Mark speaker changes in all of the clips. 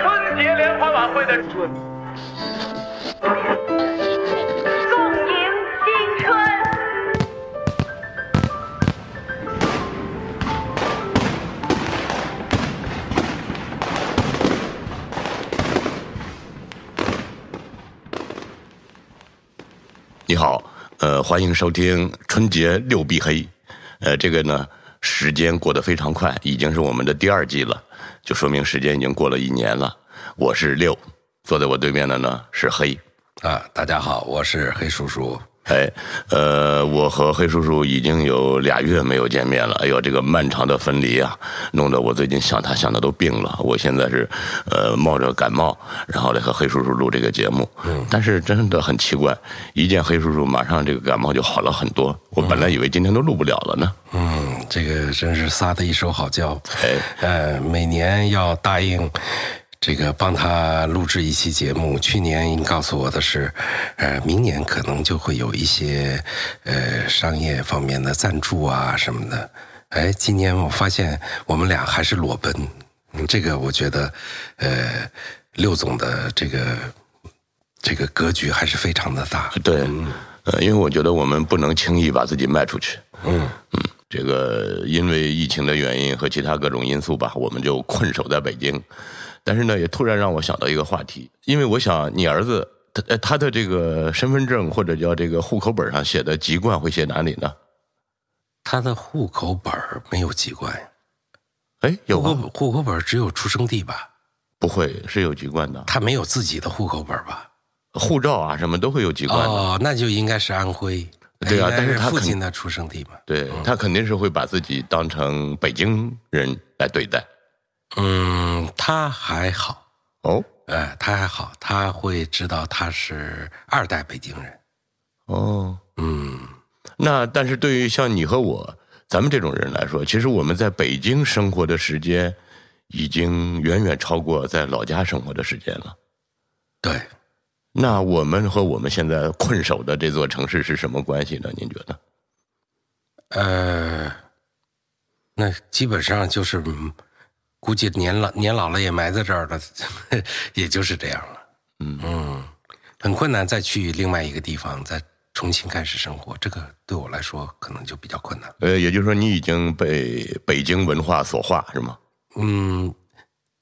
Speaker 1: 春节联欢晚会的准。
Speaker 2: 共迎新春。
Speaker 3: 你好，呃，欢迎收听春节六必黑。呃，这个呢，时间过得非常快，已经是我们的第二季了，就说明时间已经过了一年了。我是六，坐在我对面的呢是黑。
Speaker 4: 啊，大家好，我是黑叔叔。
Speaker 3: 哎，呃，我和黑叔叔已经有俩月没有见面了。哎呦，这个漫长的分离啊，弄得我最近想他想的都病了。我现在是，呃，冒着感冒，然后来和黑叔叔录这个节目。嗯，但是真的很奇怪，一见黑叔叔，马上这个感冒就好了很多。我本来以为今天都录不了了呢。
Speaker 4: 嗯，这个真是撒的一手好教。
Speaker 3: 哎，
Speaker 4: 呃，每年要答应这个帮他录制一期节目。去年告诉我的是，呃，明年可能就会有一些呃商业方面的赞助啊什么的。哎，今年我发现我们俩还是裸奔，嗯这个我觉得，呃，六总的这个这个格局还是非常的大。
Speaker 3: 对，呃，因为我觉得我们不能轻易把自己卖出去。
Speaker 4: 嗯。
Speaker 3: 这个因为疫情的原因和其他各种因素吧，我们就困守在北京。但是呢，也突然让我想到一个话题，因为我想你儿子他呃他的这个身份证或者叫这个户口本上写的籍贯会写哪里呢？
Speaker 4: 他的户口本儿没有籍贯呀，
Speaker 3: 哎，有
Speaker 4: 户口
Speaker 3: 吗？
Speaker 4: 本户口本儿只有出生地吧？
Speaker 3: 不会是有籍贯的，
Speaker 4: 他没有自己的户口本儿吧？
Speaker 3: 护照啊什么都会有籍贯的。
Speaker 4: 哦，那就应该是安徽。
Speaker 3: 对啊
Speaker 4: 应该
Speaker 3: 但是他
Speaker 4: 父
Speaker 3: 肯
Speaker 4: 亲的出生地嘛。
Speaker 3: 对他肯定是会把自己当成北京人来对待。
Speaker 4: 嗯，他还好，
Speaker 3: 哦
Speaker 4: 呃，他还好，他会知道他是二代北京人。
Speaker 3: 哦，
Speaker 4: 嗯，
Speaker 3: 那但是对于像你和我，咱们这种人来说，其实我们在北京生活的时间，已经远远超过在老家生活的时间了。
Speaker 4: 对，
Speaker 3: 那我们和我们现在困守的这座城市是什么关系呢？您觉得？
Speaker 4: 呃，那基本上就是，嗯估计年老年老了也埋在这儿了， 也就是这样了。
Speaker 3: 嗯
Speaker 4: 嗯，很困难再去另外一个地方再重新开始生活，这个对我来说可能就比较困难。
Speaker 3: 呃，也就是说，你已经被北京文化所化，是吗？
Speaker 4: 嗯，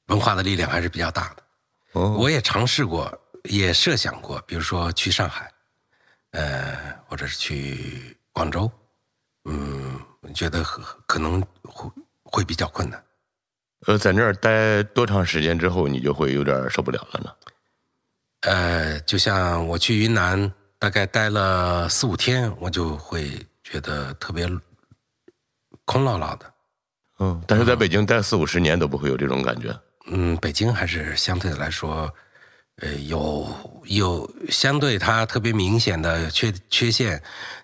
Speaker 4: 文化的力量还是比较大的。
Speaker 3: 哦，
Speaker 4: 我也尝试过，也设想过，比如说去上海，呃，或者是去广州，嗯，觉得很可能会会比较困难。
Speaker 3: 呃，在那儿待多长时间之后，你就会有点受不了了呢？
Speaker 4: 呃，就像我去云南，大概待了四五天，我就会觉得特别空落落的。
Speaker 3: 嗯，但是在北京待四五十年都不会有这种感觉。
Speaker 4: 嗯，北京还是相对来说，呃，有有相对它特别明显的缺缺陷，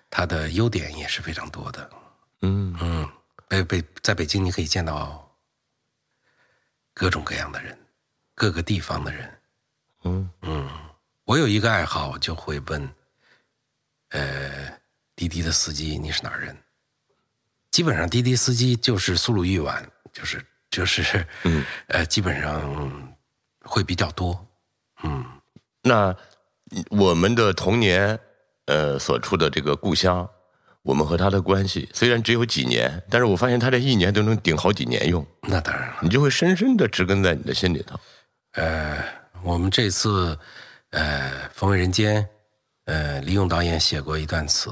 Speaker 4: 它的优点也是非常多的。
Speaker 3: 嗯，
Speaker 4: 嗯，北北在北京你可以见到各种各样的人，各个地方的人。
Speaker 3: 嗯
Speaker 4: 嗯，我有一个爱好，我就会问，呃，滴滴的司机你是哪儿人？基本上滴滴司机就是苏鲁豫皖，就是就是，
Speaker 3: 嗯，
Speaker 4: 呃，基本上会比较多。嗯，
Speaker 3: 那嗯我们的童年，呃，所处的这个故乡，我们和他的关系虽然只有几年，但是我发现他这一年都能顶好几年用，
Speaker 4: 那当然了。
Speaker 3: 你就会深深的植根在你的心里头。
Speaker 4: 呃，我们这次呃《风味人间》，呃，李咏导演写过一段词，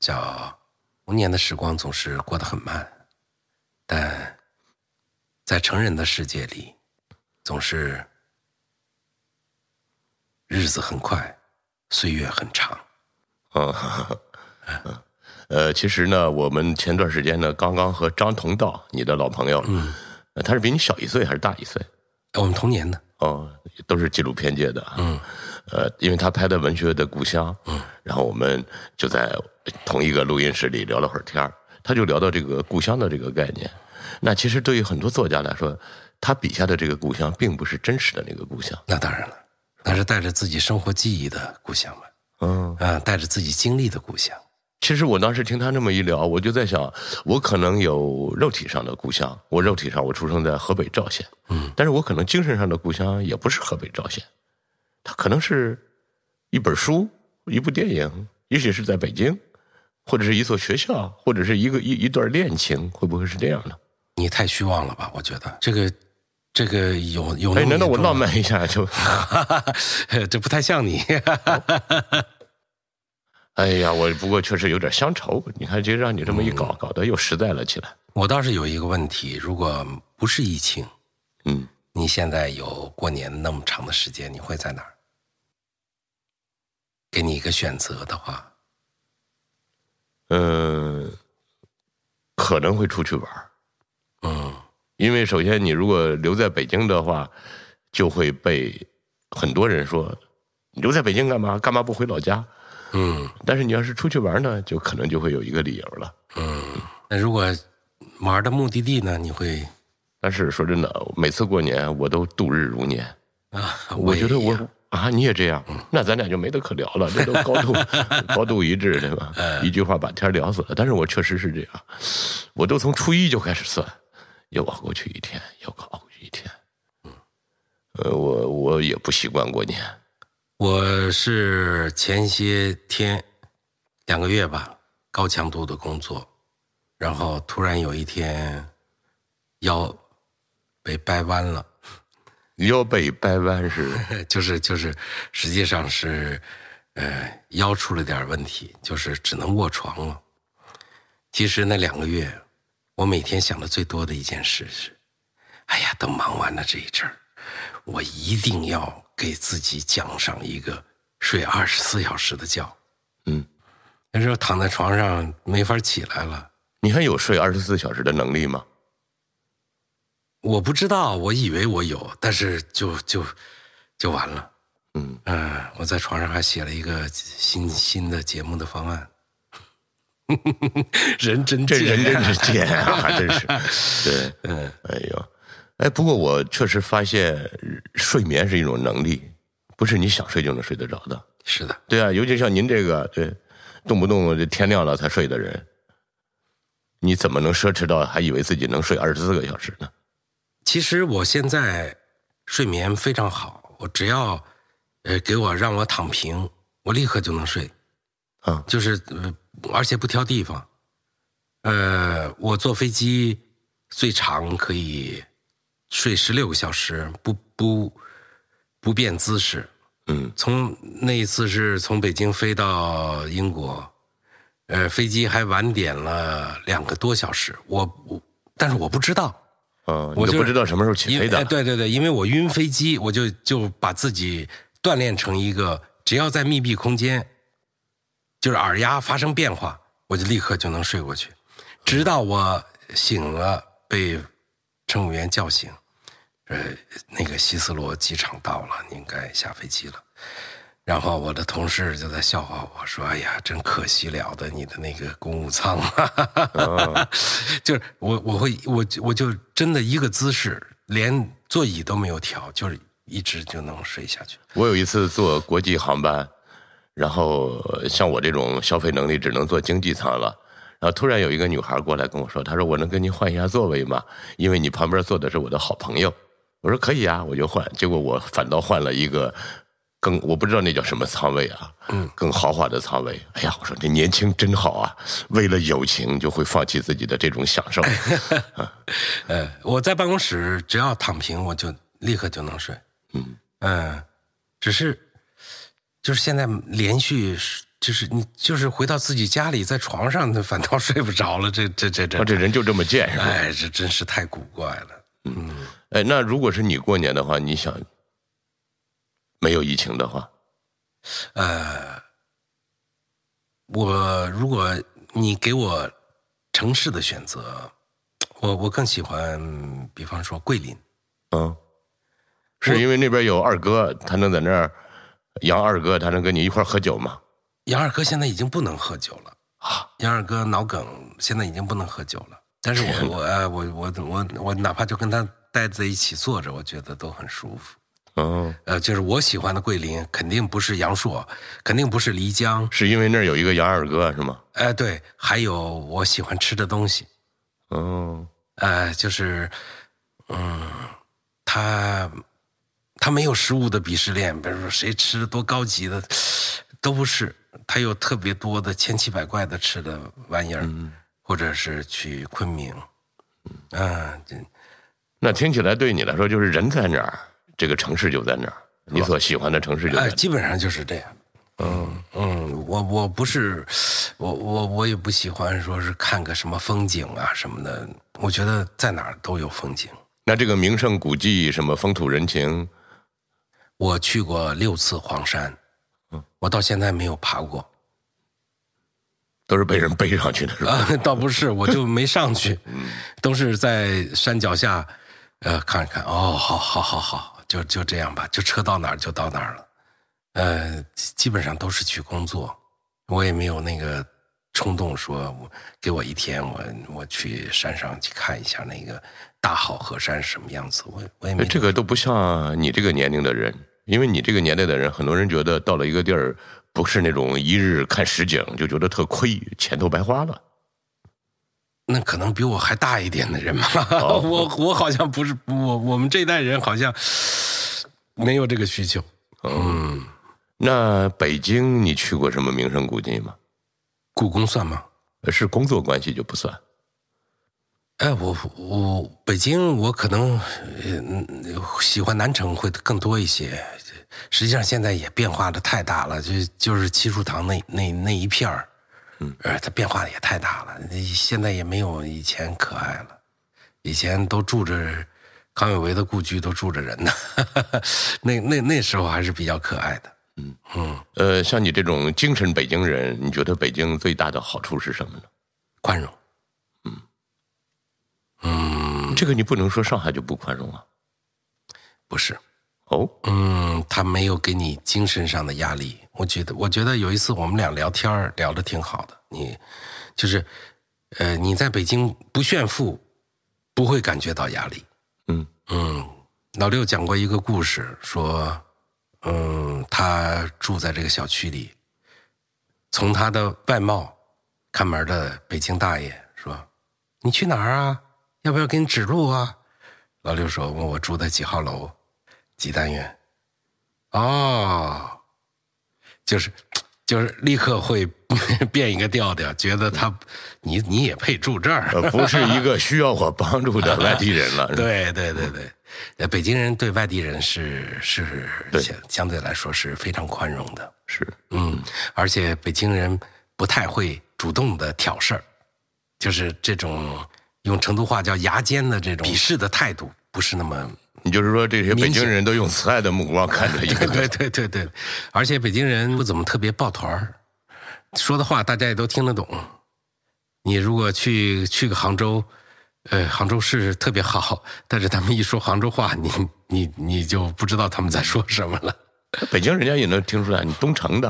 Speaker 4: 叫“童年的时光总是过得很慢，但在成人的世界里，总是日子很快，岁月很长。
Speaker 3: 啊，呃，其实呢，我们前段时间呢，刚刚和张同道，你的老朋友，呃他是比你小一岁还是大一岁？
Speaker 4: 呃我们童年呢，
Speaker 3: 呃哦，都是纪录片界的，
Speaker 4: 嗯，
Speaker 3: 呃，因为他拍的文学的故乡，嗯，然后我们就在同一个录音室里聊了会儿天儿，他就聊到这个故乡的这个概念。那其实对于很多作家来说，他笔下的这个故乡并不是真实的那个故乡。
Speaker 4: 那当然了，那是带着自己生活记忆的故乡嘛，
Speaker 3: 嗯，
Speaker 4: 啊，带着自己经历的故乡。
Speaker 3: 其实我当时听他这么一聊，我就在想，我可能有肉体上的故乡，我肉体上我出生在河北赵县，
Speaker 4: 嗯，
Speaker 3: 但是我可能精神上的故乡也不是河北赵县，它可能是一本书、一部电影，也许是在北京，或者是一所学校，或者是一个一一段恋情，会不会是这样的？
Speaker 4: 你太虚妄了吧？我觉得这个，这个有有那
Speaker 3: 哎，
Speaker 4: 么
Speaker 3: 难道我
Speaker 4: 严重吗
Speaker 3: 浪？漫一下就？
Speaker 4: 这不太像你。
Speaker 3: 哎呀，我不过确实有点乡愁。你看，这让你这么一搞，搞得又实在了起来。
Speaker 4: 我倒是有一个问题，如果不是疫情，
Speaker 3: 嗯，
Speaker 4: 你现在有过年那么长的时间，你会在哪儿？给你一个选择的话，
Speaker 3: 呃，可能会出去玩儿
Speaker 4: 嗯，
Speaker 3: 因为首先你如果留在北京的话，就会被很多人说你留在北京干嘛？干嘛不回老家？
Speaker 4: 嗯
Speaker 3: 但是你要是出去玩呢，就可能就会有一个理由了。
Speaker 4: 嗯。那如果玩的目的地呢？你会
Speaker 3: 但是说真的，每次过年我都度日如年。
Speaker 4: 啊？
Speaker 3: 我觉得
Speaker 4: 也一样
Speaker 3: 我啊，你也这样，那咱俩就没得可聊了，这都高度高度一致，对吧？一句话把天聊死了。但是我确实是这样，我都从初一就开始算，又熬过去一天，又熬过去一天。呃，我我也不习惯过年，
Speaker 4: 我是前些天两个月吧，高强度的工作，然后突然有一天腰被掰弯了，
Speaker 3: 腰背掰弯是，
Speaker 4: 就是就是，实际上是呃腰出了点问题，就是只能卧床了。其实那两个月，我每天想的最多的一件事是，哎呀，等忙完了这一阵儿，我一定要给自己奖赏一个睡二十四小时的觉。
Speaker 3: 嗯，
Speaker 4: 那时候躺在床上没法起来了，
Speaker 3: 你还有睡二十四小时的能力吗？
Speaker 4: 我不知道，我以为我有，但是就就就完了。
Speaker 3: 嗯，
Speaker 4: 嗯，我在床上还写了一个新新的节目的方案。 人真
Speaker 3: 这
Speaker 4: 贱
Speaker 3: 人真是贱啊，真是，对，
Speaker 4: 嗯，
Speaker 3: 哎呦，哎，不过我确实发现睡眠是一种能力，不是你想睡就能睡得着的。
Speaker 4: 是的，
Speaker 3: 对啊，尤其像您这个，对，动不动就天亮了才睡的人，你怎么能奢侈到还以为自己能睡二十四个小时呢？
Speaker 4: 其实我现在睡眠非常好，我只要呃给我让我躺平，我立刻就能睡，
Speaker 3: 啊，
Speaker 4: 就是、呃、而且不挑地方。呃，我坐飞机最长可以睡十六个小时，不不不变姿势。
Speaker 3: 嗯
Speaker 4: 从那一次是从北京飞到英国，呃，飞机还晚点了两个多小时。我我，但是我不知道，
Speaker 3: 啊，
Speaker 4: 我
Speaker 3: 你
Speaker 4: 就
Speaker 3: 都不知道什么时候起
Speaker 4: 因为
Speaker 3: 飞的
Speaker 4: 哎。对对对，因为我晕飞机，我就就把自己锻炼成一个，只要在密闭空间，就是耳压发生变化，我就立刻就能睡过去，直到我醒了，被乘务员叫醒，呃，那个希斯罗机场到了，你应该下飞机了。然后我的同事就在笑话我说：“哎呀，真可惜了的，你的那个公务舱。啊就是我我会我我就真的一个姿势，连座椅都没有调，就是一直就能睡下去。
Speaker 3: 我有一次坐国际航班，然后像我这种消费能力只能坐经济舱了。然后突然有一个女孩过来跟我说：“她说我能跟您换一下座位吗？因为你旁边坐的是我的好朋友。”我说：“可以啊，我就换。”结果我反倒换了一个更我不知道那叫什么仓位啊，嗯，更豪华的仓位。哎呀，我说这年轻真好啊，为了友情就会放弃自己的这种享受。
Speaker 4: 呃，我在办公室只要躺平，我就立刻就能睡。
Speaker 3: 嗯
Speaker 4: 嗯，只是就是现在连续是就是你就是回到自己家里，在床上反倒睡不着了，这这这
Speaker 3: 啊，
Speaker 4: 这，
Speaker 3: 这人就这么贱是吧？
Speaker 4: 哎，这真是太古怪了。
Speaker 3: 哎，那如果是你过年的话，你想没有疫情的话，
Speaker 4: 呃，我如果你给我城市的选择，我我更喜欢，比方说桂林。
Speaker 3: 嗯，是因为那边有二哥，他能在那儿，杨二哥，他能跟你一块儿喝酒吗？
Speaker 4: 杨二哥现在已经不能喝酒了啊！杨二哥脑梗，现在已经不能喝酒了。但是我我呃我我我我哪怕就跟他待在一起坐着，我觉得都很舒服。
Speaker 3: 嗯，
Speaker 4: 呃，就是我喜欢的桂林，肯定不是杨朔，肯定不是漓江，
Speaker 3: 是因为那儿有一个杨二哥是吗？
Speaker 4: 哎、对，还有我喜欢吃的东西，
Speaker 3: 嗯，
Speaker 4: 呃，就是，嗯，他他没有食物的鄙视链，比如说谁吃的多高级的，都不是。他有特别多的千奇百怪的吃的玩意儿，或者是去昆明，啊，这
Speaker 3: 那听起来对你来说就是人在哪儿，这个城市就在哪儿，你所喜欢的城市就在
Speaker 4: 哎，
Speaker 3: 哪儿。
Speaker 4: 基本上就是这样。嗯嗯，我我不是，我我我也不喜欢说是看个什么风景啊什么的，我觉得在哪儿都有风景。
Speaker 3: 那这个名胜古迹、什么风土人情，
Speaker 4: 我去过六次黄山，我到现在没有爬过
Speaker 3: 都是被人背上去的，是吧？
Speaker 4: 啊，倒不是，我就没上去，都是在山脚下，呃，看一看，哦，好，好，好，好，就就这样吧，就车到哪儿就到哪儿了，呃，基基本上都是去工作，我也没有那个冲动说，我给我一天，我我去山上去看一下那个大好河山是什么样子，我我也没
Speaker 3: 这个都不像你这个年龄的人，因为你这个年代的人，很多人觉得到了一个地儿，不是那种一日看十景，就觉得特亏，钱都白花了。
Speaker 4: 那可能比我还大一点的人吧，
Speaker 3: 哦
Speaker 4: 我我好像不是我我们这一代人好像没有这个需求。嗯
Speaker 3: 那北京你去过什么名胜古迹吗？
Speaker 4: 故宫算吗？
Speaker 3: 呃是工作关系就不算。
Speaker 4: 哎，我我北京我可能呃喜欢南城会更多一些，实际上现在也变化的太大了，就就是七树堂那那那一片儿，嗯，呃，它变化的也太大了，现在也没有以前可爱了。以前都住着康有为的故居，都住着人呢， 那那那时候还是比较可爱的。嗯
Speaker 3: 呃，像你这种精神北京人，你觉得北京最大的好处是什么呢？
Speaker 4: 宽容，
Speaker 3: 这个你不能说上海就不宽容啊。
Speaker 4: 不是，
Speaker 3: 哦，
Speaker 4: 嗯，他没有给你精神上的压力。我觉得，我觉得有一次我们俩聊天儿聊的挺好的，你就是，呃，你在北京不炫富，不会感觉到压力。
Speaker 3: 嗯
Speaker 4: 嗯，老六讲过一个故事，说，嗯，他住在这个小区里，从他的外貌看门的北京大爷说：“你去哪儿啊？要不要给你指路啊？”老六说：“问我住在几号楼，几单元。”哦，就是就是立刻会 变一个调调，觉得他你你也配住这儿。
Speaker 3: 呃，不是一个需要我帮助的外地人 了。是吧，
Speaker 4: 对对对对，呃，北京人对外地人是是
Speaker 3: 对
Speaker 4: 相相对来说是非常宽容的，
Speaker 3: 是
Speaker 4: 嗯，而且北京人不太会主动的挑事儿，就是这种用成都话叫牙尖的这种鄙视的态度，不是那么。
Speaker 3: 你就是说这些北
Speaker 4: 明
Speaker 3: 京
Speaker 4: 显
Speaker 3: 人都用慈爱的目光看着一个
Speaker 4: 对对对对对，而且北京人不怎么特别抱团儿，说的话大家也都听得懂。你如果去去个杭州，呃，杭州市特别好，但是他们一说杭州话，你你你就不知道他们在说什么了。
Speaker 3: 北京人家也能听出来，你东城的，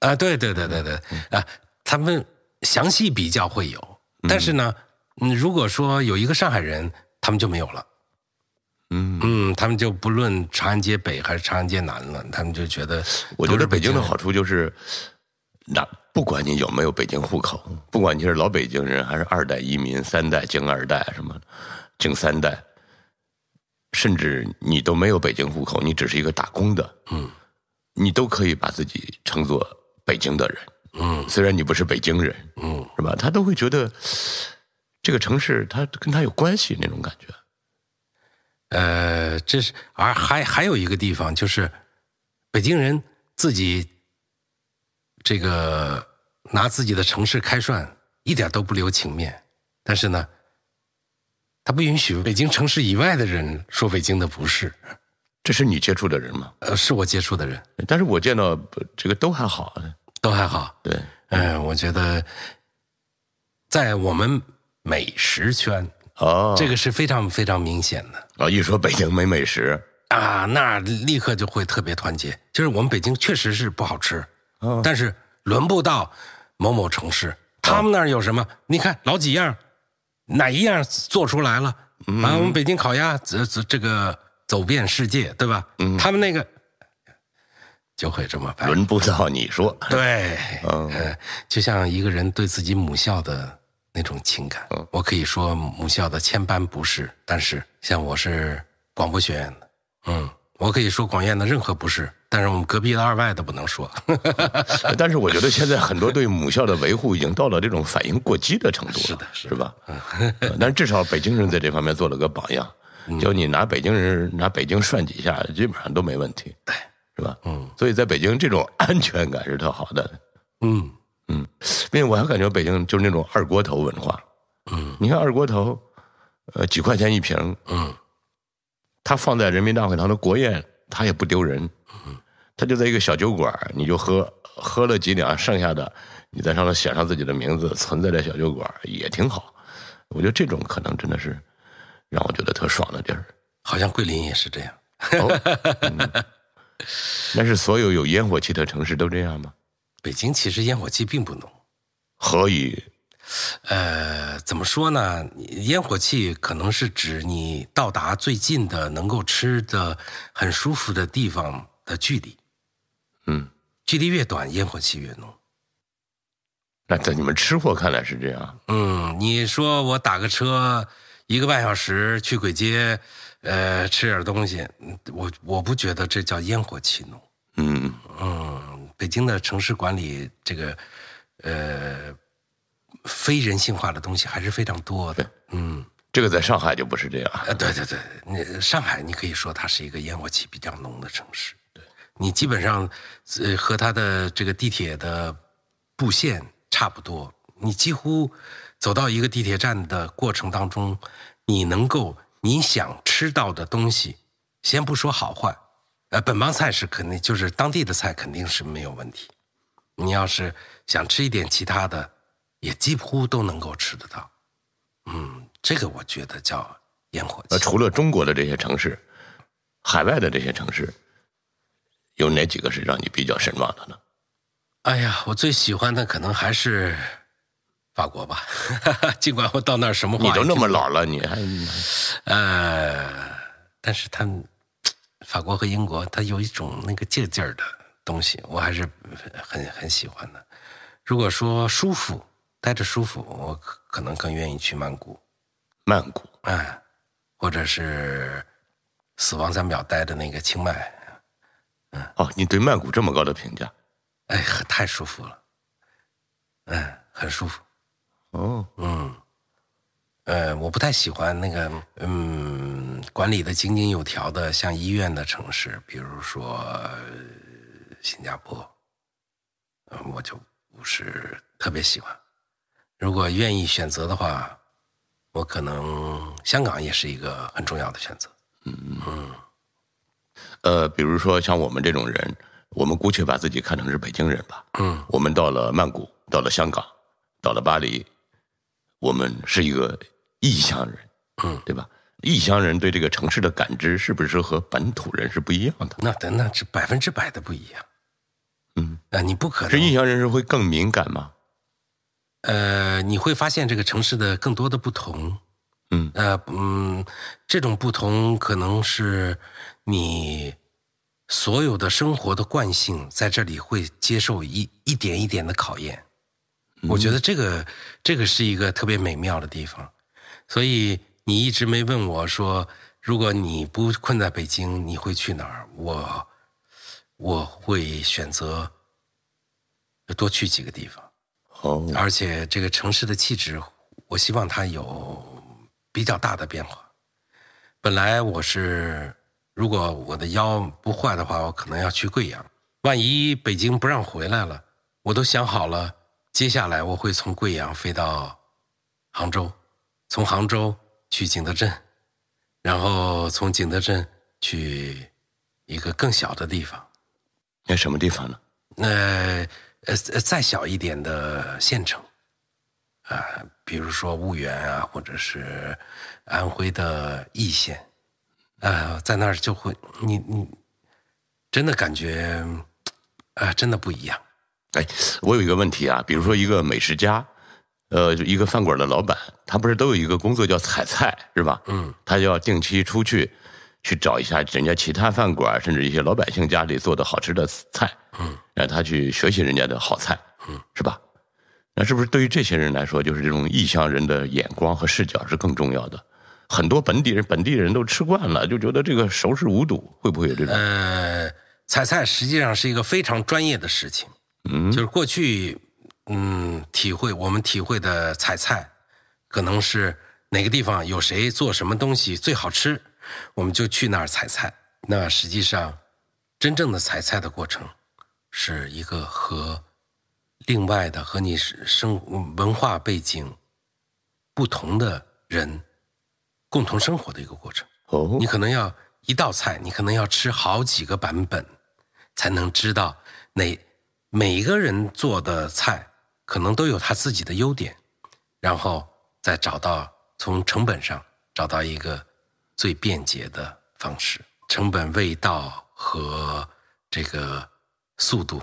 Speaker 4: 啊，对对对对对，
Speaker 3: 嗯
Speaker 4: 啊，他们详细比较会有，但是呢，嗯，如果说有一个上海人，他们就没有了。
Speaker 3: 嗯，
Speaker 4: 嗯，他们就不论长安街北还是长安街南了，他们就觉得
Speaker 3: 我觉
Speaker 4: 都
Speaker 3: 得
Speaker 4: 是
Speaker 3: 北京的
Speaker 4: 人
Speaker 3: 好处就是，那不管你有没有北京户口，
Speaker 4: 嗯
Speaker 3: 不管你是老北京人还是二代移民、三代、京二代什么、京三代，甚至你都没有北京户口，你只是一个打工的，
Speaker 4: 嗯，
Speaker 3: 你都可以把自己称作北京的人，
Speaker 4: 嗯
Speaker 3: 虽然你不是北京人，
Speaker 4: 嗯。
Speaker 3: 是吧？他都会觉得这个城市它跟他有关系那种感觉。
Speaker 4: 呃，这是而还还有一个地方就是，北京人自己这个拿自己的城市开涮，一点都不留情面。但是呢，他不允许北京城市以外的人说北京的不是，
Speaker 3: 这是你接触的人吗？
Speaker 4: 呃，是我接触的人
Speaker 3: 但是我见到呃这个都还好，啊
Speaker 4: 都还好。
Speaker 3: 对，
Speaker 4: 嗯、我觉得在我们美食圈，
Speaker 3: 哦，
Speaker 4: 这个是非常非常明显的。
Speaker 3: 啊，一说北京没美食，
Speaker 4: 啊，那立刻就会特别团结。就是我们北京确实是不好吃，
Speaker 3: 哦
Speaker 4: 但是轮不到某某城市，他们那儿有什么？你看老几样，哪一样做出来了？啊，我们北京烤鸭，这这这个走遍世界，对吧？他们那个就会这么拍。
Speaker 3: 轮不到你说。
Speaker 4: 对，
Speaker 3: 嗯
Speaker 4: 呃，就像一个人对自己母校的那种情感，我可以说母校的千般不是，但是像我是广播学院的，嗯，我可以说广院的任何不是，但是我们隔壁的二外的不能说，
Speaker 3: 但是我觉得现在很多对母校的维护已经到了这种反应过激的程度了，是的，是吧？呃但至少北京人在这方面做了个榜样， 就你拿北京人拿北京涮几下，基本上都没问题，对，是吧？嗯，所以在北京这种安全感是特好的，
Speaker 4: 嗯，
Speaker 3: 嗯，因为我还感觉北京就是那种二锅头文化，嗯，你看二锅头，呃，几块钱一瓶，
Speaker 4: 嗯，
Speaker 3: 它放在人民大会堂的国宴，它也不丢人，嗯，它就在一个小酒馆，你就喝喝了几两，剩下的你在上头写上自己的名字，存在这小酒馆也挺好。我觉得这种可能真的是让我觉得特爽的地儿，
Speaker 4: 好像桂林也是这样，
Speaker 3: 哦 嗯那是所有有烟火气的城市都这样吗？
Speaker 4: 北京其实烟火气并不浓。
Speaker 3: 何以？
Speaker 4: 呃，怎么说呢？烟火气可能是指你到达最近的能够吃的很舒服的地方的距离，
Speaker 3: 嗯，
Speaker 4: 距离越短，烟火气越浓。
Speaker 3: 那在你们吃货看来是这样。
Speaker 4: 嗯，你说我打个车一个半小时去簋街，呃，吃点东西，嗯我我不觉得这叫烟火气浓。
Speaker 3: 嗯，
Speaker 4: 嗯，北京的城市管理这个，呃，非人性化的东西还是非常多的。嗯，
Speaker 3: 这个在上海就不是这样。
Speaker 4: 呃，对对对，你上海你可以说它是一个烟火气比较浓的城市。对，你基本上呃和它的这个地铁的布线差不多，你几乎走到一个地铁站的过程当中，你能够你想吃到的东西，先不说好坏，呃，本帮菜是肯定就是当地的菜肯定是没有问题。你要是想吃一点其他的，也几乎都能够吃得到。嗯，这个我觉得叫烟火气
Speaker 3: 呃，。除了中国的这些城市，海外的这些城市，有哪几个是让你比较神往的呢？
Speaker 4: 哎呀，我最喜欢的可能还是法国吧， 尽管我到那儿什么话
Speaker 3: 你
Speaker 4: 也
Speaker 3: 都那
Speaker 4: 听
Speaker 3: 么
Speaker 4: 不懂
Speaker 3: 老了，你还
Speaker 4: 呃，但是他们法国和英国，它有一种那个劲劲儿的东西，我还是很很喜欢的。如果说舒服，待着舒服，我可可能更愿意去曼谷，
Speaker 3: 曼谷、
Speaker 4: 哎，或者是死亡三秒待的那个清迈，
Speaker 3: 哦，你对曼谷这么高的评价
Speaker 4: 哎，太舒服了，嗯，很舒服。
Speaker 3: 哦，
Speaker 4: 嗯，呃，我不太喜欢那个，嗯，管理的井井有条的，像医院的城市，比如说呃新加坡，嗯、我就不是特别喜欢。如果愿意选择的话，我可能香港也是一个很重要的选择。
Speaker 3: 呃，比如说像我们这种人，我们姑且把自己看成是北京人吧。
Speaker 4: 嗯，
Speaker 3: 我们到了曼谷，到了香港，到了巴黎，我们是一个异乡人，
Speaker 4: 嗯，
Speaker 3: 对吧？异乡人对这个城市的感知是不是和本土人是不一样的？
Speaker 4: 那那那是百分之百的不一样。
Speaker 3: 嗯，
Speaker 4: 啊、你不可
Speaker 3: 是异
Speaker 4: 能，
Speaker 3: 乡人是会更敏感吗？
Speaker 4: 呃，你会发现这个城市的更多的不同。
Speaker 3: 嗯
Speaker 4: 呃，嗯，这种不同可能是你所有的生活的惯性在这里会接受一一点一点的考验。我觉得这个这个是一个特别美妙的地方，所以你一直没问我说，如果你不困在北京，你会去哪儿？我我会选择多去几个地方。
Speaker 3: 哦，
Speaker 4: 而且这个城市的气质，我希望它有比较大的变化。本来我是，如果我的腰不坏的话，我可能要去贵阳。万一北京不让回来了，我都想好了，接下来我会从贵阳飞到杭州，从杭州去景德镇，然后从景德镇去一个更小的地方，
Speaker 3: 那什么地方呢？
Speaker 4: 那呃呃再小一点的县城，啊、比如说婺源啊，或者是安徽的易县，呃，在那儿就呃会你你真的感觉啊、真的不一样。
Speaker 3: 哎，我有一个问题啊，比如说一个美食家，呃，就一个饭馆的老板，他不是都有一个工作叫采菜是吧？嗯，他就要定期出去去找一下人家其他饭馆，甚至一些老百姓家里做的好吃的菜，嗯，让他去学习人家的好菜，嗯，是吧？那是不是对于这些人来说，就是这种异乡人的眼光和视角是更重要的？很多本地人本地人都吃惯了，就觉得这个熟视无睹，会不会有这种？
Speaker 4: 呃，采菜实际上是一个非常专业的事情，嗯，就是过去，嗯，体会我们体会的采菜，可能是哪个地方有谁做什么东西最好吃，我们就去那儿采菜。那实际上，真正的采菜的过程，是一个和另外的和你生嗯文化背景不同的人共同生活的一个过程。
Speaker 3: 哦
Speaker 4: 你，可能要一道菜，你可能要吃好几个版本，才能知道哪每一个人做的菜可能都有他自己的优点，然后再找到从成本上找到一个最便捷的方式，成本、味道和这个速度，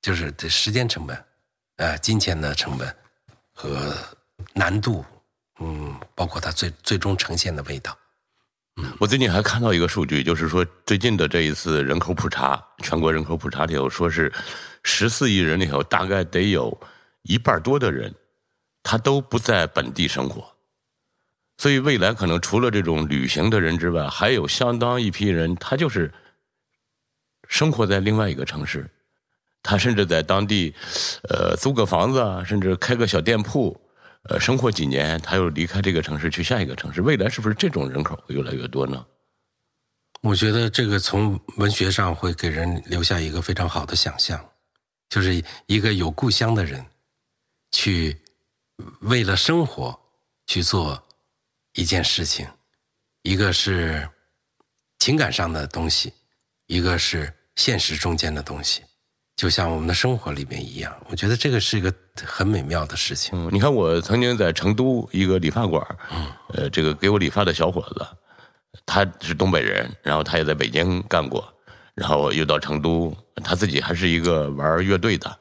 Speaker 4: 就是这时间成本，呃，金钱的成本和难度，嗯，包括它最最终呈现的味道。
Speaker 3: 我最近还看到一个数据，就是说最近的这一次人口普查，全国人口普查里头说是十四亿人里头，大概得有一半多的人，他都不在本地生活。所以未来可能除了这种旅行的人之外，还有相当一批人，他就是生活在另外一个城市，他甚至在当地，呃，租个房子啊，甚至开个小店铺，呃，生活几年，他又离开这个城市去下一个城市。未来是不是这种人口会越来越多呢？
Speaker 4: 我觉得这个从文学上会给人留下一个非常好的想象，就是一个有故乡的人，去为了生活去做一件事情，一个是情感上的东西，一个是现实中间的东西，就像我们的生活里面一样。我觉得这个是一个很美妙的事情。
Speaker 3: 嗯，你看我曾经在成都一个理发馆儿，呃，这个给我理发的小伙子，他是东北人，然后他也在北京干过，然后又到成都，他自己还是一个玩乐队的，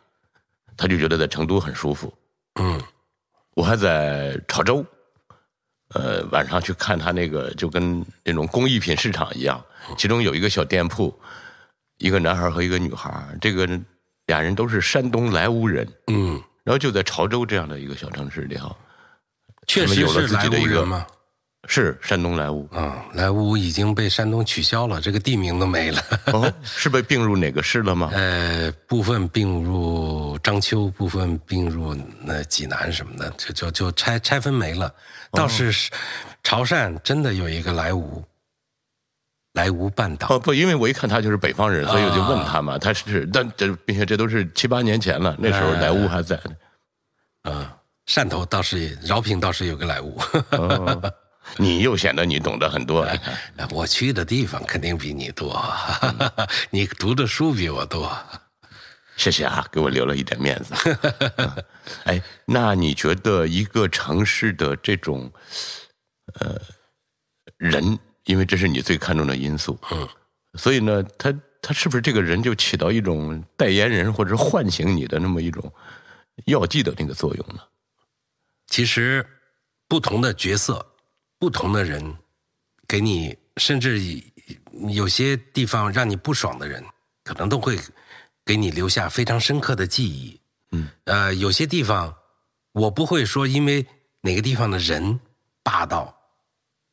Speaker 3: 他就觉得在成都很舒服。
Speaker 4: 嗯，
Speaker 3: 我还在潮州，呃，晚上去看他那个，就跟那种工艺品市场一样，其中有一个小店铺，一个男孩和一个女孩，这个俩人都是山东莱芜人，
Speaker 4: 嗯，
Speaker 3: 然后就在潮州这样的一个小城市里头，
Speaker 4: 确实
Speaker 3: 有了
Speaker 4: 是
Speaker 3: 自
Speaker 4: 莱
Speaker 3: 己的一
Speaker 4: 芜
Speaker 3: 个
Speaker 4: 人嘛。，
Speaker 3: 是山东莱芜
Speaker 4: 啊、莱芜已经被山东取消了，这个地名都没了。
Speaker 3: 哦，是被并入哪个市了吗？
Speaker 4: 呃，部分并入章丘，部分并入那济南什么的，就就就拆拆分没了。倒是是潮汕真的有一个莱芜，莱芜半岛。
Speaker 3: 哦不，因为我一看他就是北方人，所以我就问他嘛，他是，但这并且这都是七八年前了，那时候莱芜还在呢。
Speaker 4: 汕头倒是也，饶平倒是有个莱芜。
Speaker 3: 哦你又显得你懂得很多，你看
Speaker 4: 我去的地方肯定比你多， 你读的书比我多。
Speaker 3: 谢谢啊，给我留了一点面子。 嗯哎，那你觉得一个城市的这种，呃，人，因为这是你最看重的因素，嗯，所以呢，他他是不是这个人就起到一种代言人或者是唤醒你的那么一种药剂的那个作用呢？
Speaker 4: 其实不同的角色、不同的人，给你甚至以有些地方让你不爽的人，可能都会给你留下非常深刻的记忆。嗯，呃，有些地方我不会说因为哪个地方的人霸道、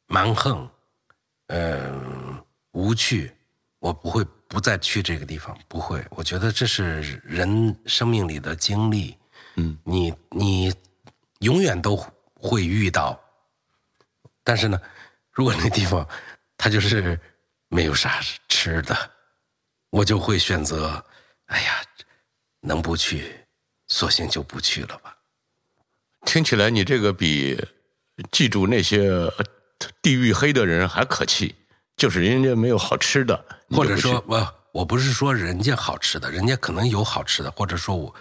Speaker 4: 蛮横，嗯，无趣，我不会不再去这个地方，不会。我觉得这是人生命里的经历。嗯，你你永远都会遇到，但是呢，如果那地方它就是没有啥吃的，我就会选择，哎呀，能不去，索性就不去了吧。
Speaker 3: 听起来你这个比记住那些呃地域黑的人还可气，就是人家没有好吃的，你就
Speaker 4: 或
Speaker 3: 不
Speaker 4: 者说
Speaker 3: 去，
Speaker 4: 我我不是说人家好吃的，人家可能有好吃的，或者说我，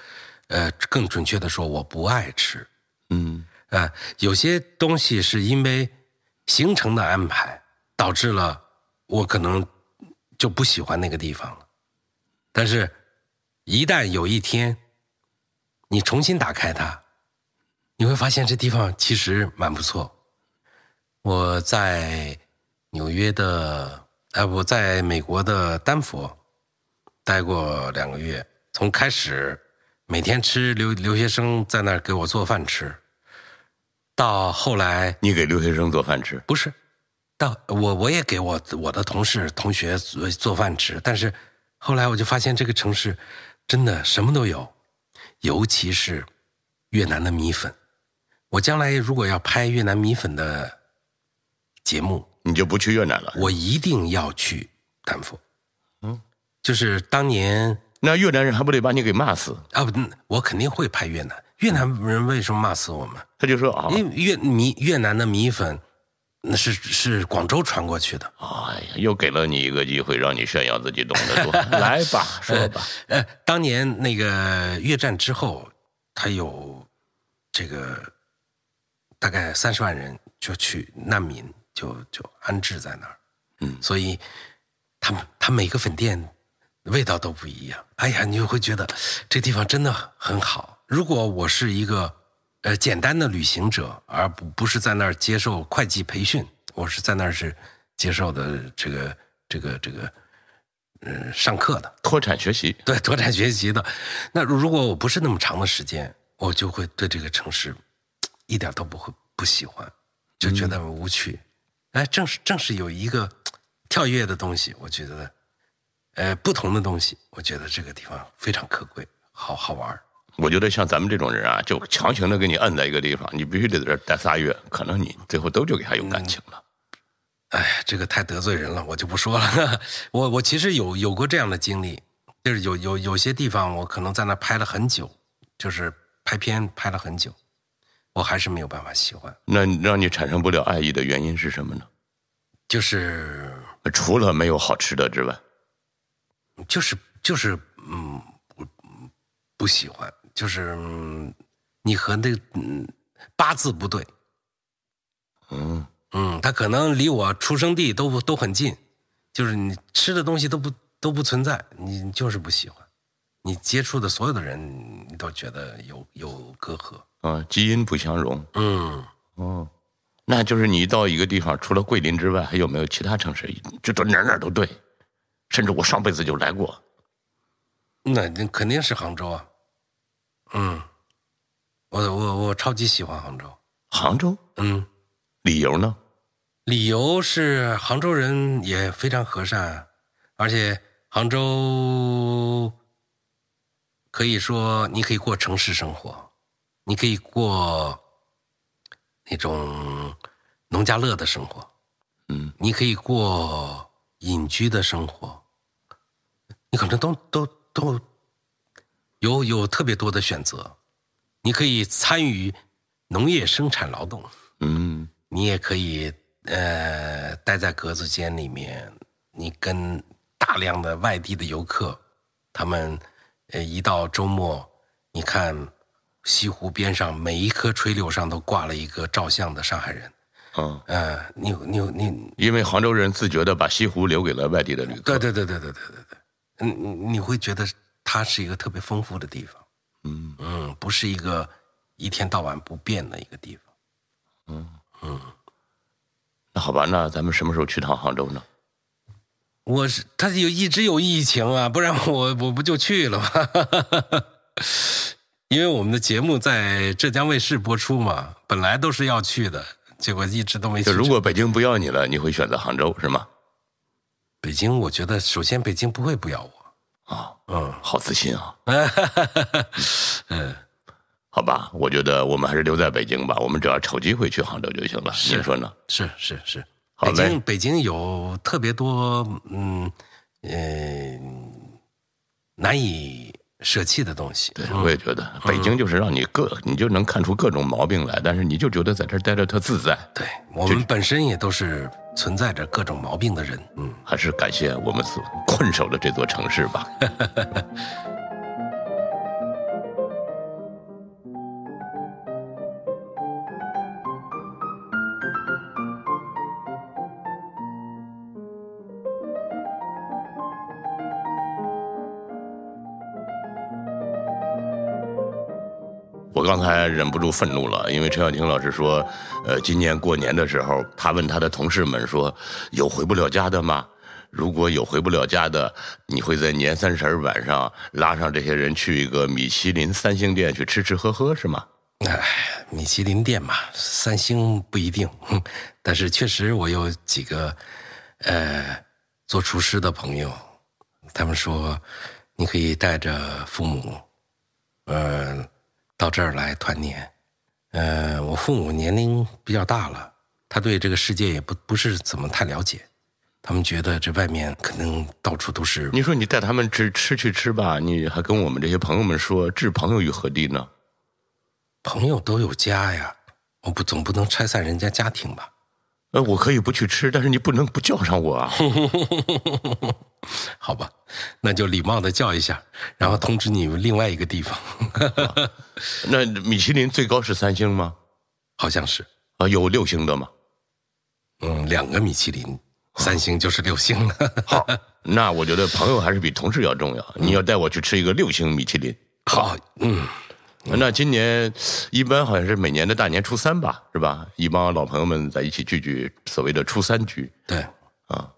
Speaker 4: 呃，更准确的说，我不爱吃。
Speaker 3: 嗯。
Speaker 4: 啊，有些东西是因为行程的安排导致了我可能就不喜欢那个地方了。但是，一旦有一天你重新打开它，你会发现这地方其实蛮不错。我在纽约的，呃，我在美国的丹佛待过两个月，从开始每天吃留留学生在那儿给我做饭吃，到后来
Speaker 3: 你给留学生做饭吃，
Speaker 4: 不是，到我我也给我我的同事同学做做饭吃，但是后来我就发现这个城市真的什么都有，尤其是越南的米粉。我将来如果要拍越南米粉的节目，
Speaker 3: 你就不去越南了。
Speaker 4: 我一定要去丹佛。嗯，就是当年
Speaker 3: 那越南人还不得把你给骂死？
Speaker 4: 啊，不，嗯我肯定会拍越南。越南人为什么骂死我们？
Speaker 3: 他就说啊，
Speaker 4: 因为越米越南的米粉，那是是广州传过去的。
Speaker 3: 哎呀，又给了你一个机会，让你炫耀自己懂得多。来吧，说吧。
Speaker 4: 呃，当年那个越战之后，他有这个大概三十万人就去难民，就就安置在那儿。
Speaker 3: 嗯
Speaker 4: 所以他们他每个粉店味道都不一样。哎呀，你就会觉得这地方真的很好。如果我是一个呃简单的旅行者，而不不是在那儿接受会计培训，我是在那儿是接受的这个这个这个嗯、呃上课的，
Speaker 3: 脱产学习，
Speaker 4: 对，拓展学习的。那如果我不是那么长的时间，我就会对这个城市嘖一点都不会不喜欢，就觉得无趣。哎，正是正是有一个嘖跳跃的东西，我觉得，呃，不同的东西，我觉得这个地方非常可贵，好好玩儿。
Speaker 3: 我觉得像咱们这种人啊，就强行的给你摁在一个地方，你必须得在这儿待仨月，可能你最后都就给他有感情了。
Speaker 4: 哎，这个太得罪人了，我就不说了。 我我其实有有过这样的经历，就是有有有些地方我可能在那拍了很久，就是拍片拍了很久，我还是没有办法喜欢。
Speaker 3: 那让你产生不了爱意的原因是什么呢？
Speaker 4: 就是
Speaker 3: 除了没有好吃的之外，
Speaker 4: 就是就是嗯，不不喜欢，就是、嗯你和那个嗯八字不对，
Speaker 3: 嗯，
Speaker 4: 嗯，他可能离我出生地都不都很近，就是你吃的东西都不都不存在，你就是不喜欢，你接触的所有的人，你都觉得有有隔阂，
Speaker 3: 啊，基因不相容。
Speaker 4: 嗯。
Speaker 3: 哦，那就是你到一个地方，除了桂林之外，还有没有其他城市？这都哪儿哪儿都对，甚至我上辈子就来过。
Speaker 4: 那那肯定是杭州啊，嗯，我我我超级喜欢杭州，
Speaker 3: 杭州，
Speaker 4: 嗯，
Speaker 3: 理由呢？
Speaker 4: 理由是杭州人也非常和善，而且杭州可以说你可以过城市生活，你可以过那种农家乐的生活，
Speaker 3: 嗯，
Speaker 4: 你可以过隐居的生活，你可能都都都有有特别多的选择，你可以参与农业生产劳动。
Speaker 3: 嗯，
Speaker 4: 你也可以呃待在格子间里面，你跟大量的外地的游客，他们呃一到周末，你看西湖边上每一棵垂柳上都挂了一个照相的上海人，
Speaker 3: 啊，
Speaker 4: 呃，你你你，
Speaker 3: 因为杭州人自觉的把西湖留给了外地的旅
Speaker 4: 对
Speaker 3: 客。
Speaker 4: 对对对对对对对，嗯，你你会觉得它是一个特别丰富的地方，
Speaker 3: 嗯，
Speaker 4: 嗯，不是一个一天到晚不变的一个地方。
Speaker 3: 那好吧，那咱们什么时候去趟杭州呢？
Speaker 4: 我是他有一直有疫情啊，不然我我不就去了吗？ 因为我们的节目在浙江卫视播出嘛，本来都是要去的，结果一直都没去
Speaker 3: 就
Speaker 4: 成。
Speaker 3: 如果北京不要你了，你会选择杭州是吗？
Speaker 4: 北京，我觉得首先北京不会不要我，
Speaker 3: 啊，
Speaker 4: 嗯，
Speaker 3: 好自信啊！嗯，好吧，我觉得我们还是留在北京吧，我们只要瞅机会去杭州就行了。您说呢？
Speaker 4: 是是是，
Speaker 3: 好
Speaker 4: 北
Speaker 3: 嘞
Speaker 4: 京北京有特别多嗯呃难以舍弃的东西，
Speaker 3: 对，我也觉
Speaker 4: 啊
Speaker 3: 得北京就是让你各，你就能看出各种毛病来，但是你就觉得在这儿待着特自在。
Speaker 4: 对我们本身也都是存在着各种毛病的人，嗯。
Speaker 3: 还是感谢我们所困守的这座城市吧。刚才忍不住愤怒了，因为陈小青老师说，呃，今年过年的时候，他问他的同事们说，有回不了家的吗？如果有回不了家的，你会在年三十晚上拉上这些人去一个米其林三星店去吃吃喝喝是吗？
Speaker 4: 哎，米其林店嘛，三星不一定， 哼但是确实我有几个，呃，做厨师的朋友，他们说你可以带着父母，呃，到这儿来团年。呃，我父母年龄比较大了，他对这个世界也不不是怎么太了解，他们觉得这外面可能到处都是
Speaker 3: 你说你带他们吃吃去吃吧，你还跟我们这些朋友们说置朋友于何地呢？
Speaker 4: 朋友都有家呀，我不总不能拆散人家家庭吧。
Speaker 3: 呃，我可以不去吃，但是你不能不叫上我啊！
Speaker 4: 好吧，那就礼貌的叫一下，然后通知你们另外一个地方，
Speaker 3: 那米其林最高是三星吗？
Speaker 4: 好像是，
Speaker 3: 啊，有六星的吗？
Speaker 4: 嗯，两个米其林，三星就是六星了。
Speaker 3: 好，那我觉得朋友还是比同事要重要。
Speaker 4: 嗯
Speaker 3: 你要带我去吃一个六星米其林，
Speaker 4: 好，嗯，
Speaker 3: 那今年一般好像是每年的大年初三吧，是吧？一帮老朋友们在一起聚聚，所谓的初三聚。
Speaker 4: 对，
Speaker 3: 啊，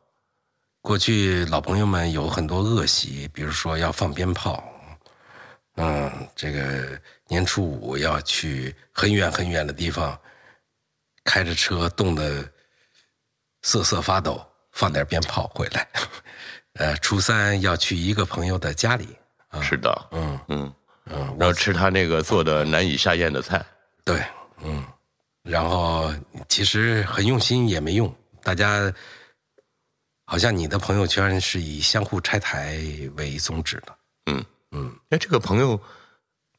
Speaker 4: 过去老朋友们有很多恶习，比如说要放鞭炮，嗯，这个年初五要去很远很远的地方，开着车冻得瑟瑟发抖，放点鞭炮回来。呃，初三要去一个朋友的家里，
Speaker 3: 是的，
Speaker 4: 嗯
Speaker 3: 嗯，
Speaker 4: 嗯，
Speaker 3: 然后吃他那个做的难以下咽的菜。
Speaker 4: 对，嗯，然后其实很用心也没用，大家好像你的朋友圈是以相互拆台为宗旨的，
Speaker 3: 嗯，
Speaker 4: 嗯，
Speaker 3: 哎，这个朋友，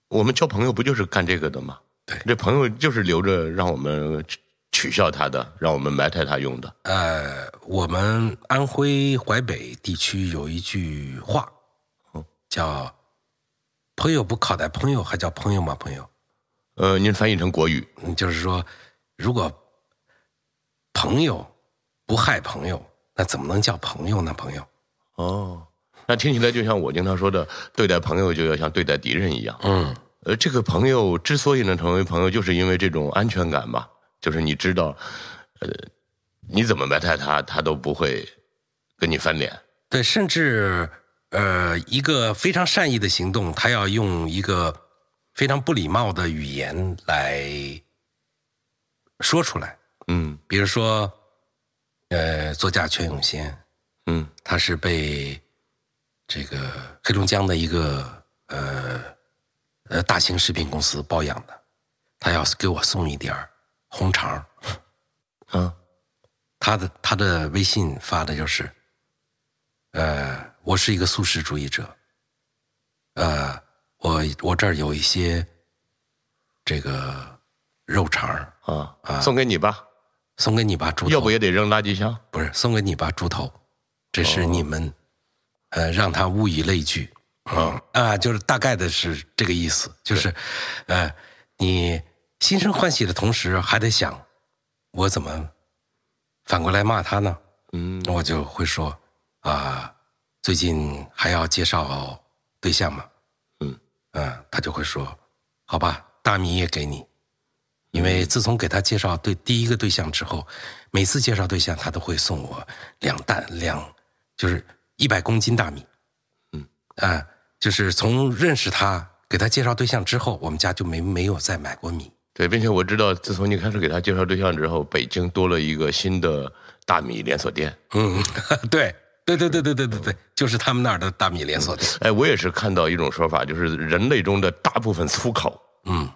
Speaker 3: 我们交朋友不就是干这个的吗？
Speaker 4: 对
Speaker 3: 这朋友就是留着让我们取取笑他的，让我们埋汰他用的。
Speaker 4: 呃，我们安徽淮北地区有一句话
Speaker 3: 哦，
Speaker 4: 叫“朋友不靠在朋友，还叫朋友吗？朋友
Speaker 3: 呃，您翻译成国语，”，
Speaker 4: 嗯就是说，如果朋友不害朋友，那怎么能叫朋友呢？朋友，
Speaker 3: 哦，那听起来就像我经常说的，对待朋友就要像对待敌人一样。
Speaker 4: 嗯，
Speaker 3: 呃，这个朋友之所以能成为朋友，就是因为这种安全感吧，就是你知道，呃，你怎么埋汰他，他都不会跟你翻脸。
Speaker 4: 对，甚至呃，一个非常善意的行动，他要用一个非常不礼貌的语言来说出来。
Speaker 3: 嗯
Speaker 4: 比如说，呃，作家全永先，
Speaker 3: 嗯
Speaker 4: 他是被这个黑龙江的一个呃呃大型食品公司包养的，他要是给我送一点儿红肠儿，
Speaker 3: 啊
Speaker 4: 他的他的微信发的就是，呃，我是一个素食主义者，呃，我我这儿有一些这个肉肠儿
Speaker 3: 啊，送给你吧，
Speaker 4: 送给你吧，猪头，
Speaker 3: 要不也得扔垃圾箱。
Speaker 4: 不是送给你吧，猪头，这是你
Speaker 3: 哦
Speaker 4: 们，呃，让他物以类聚，啊、啊，就是大概的是这个意思，就是，呃，你心生欢喜的同时，还得想，我怎么反过来骂他呢？
Speaker 3: 嗯
Speaker 4: 我就会说啊，最近还要介绍对象吗？
Speaker 3: 嗯
Speaker 4: 嗯，他就会说，好吧，大米也给你，因为
Speaker 3: 嗯
Speaker 4: 自从给他介绍对第一个对象之后，每次介绍对象他都会送我两担两，就是一百公斤大米。
Speaker 3: 嗯，
Speaker 4: 啊、就是从认识他给他介绍对象之后，我们家就没没有再买过米。
Speaker 3: 对，并且我知道，自从你开始给他介绍对象之后，北京多了一个新的大米连锁店。
Speaker 4: 嗯，对，对对对对对对对，就是他们那儿的大米连锁店。
Speaker 3: 哎，我也是看到一种说法，就是人类中的大部分粗口，
Speaker 4: 嗯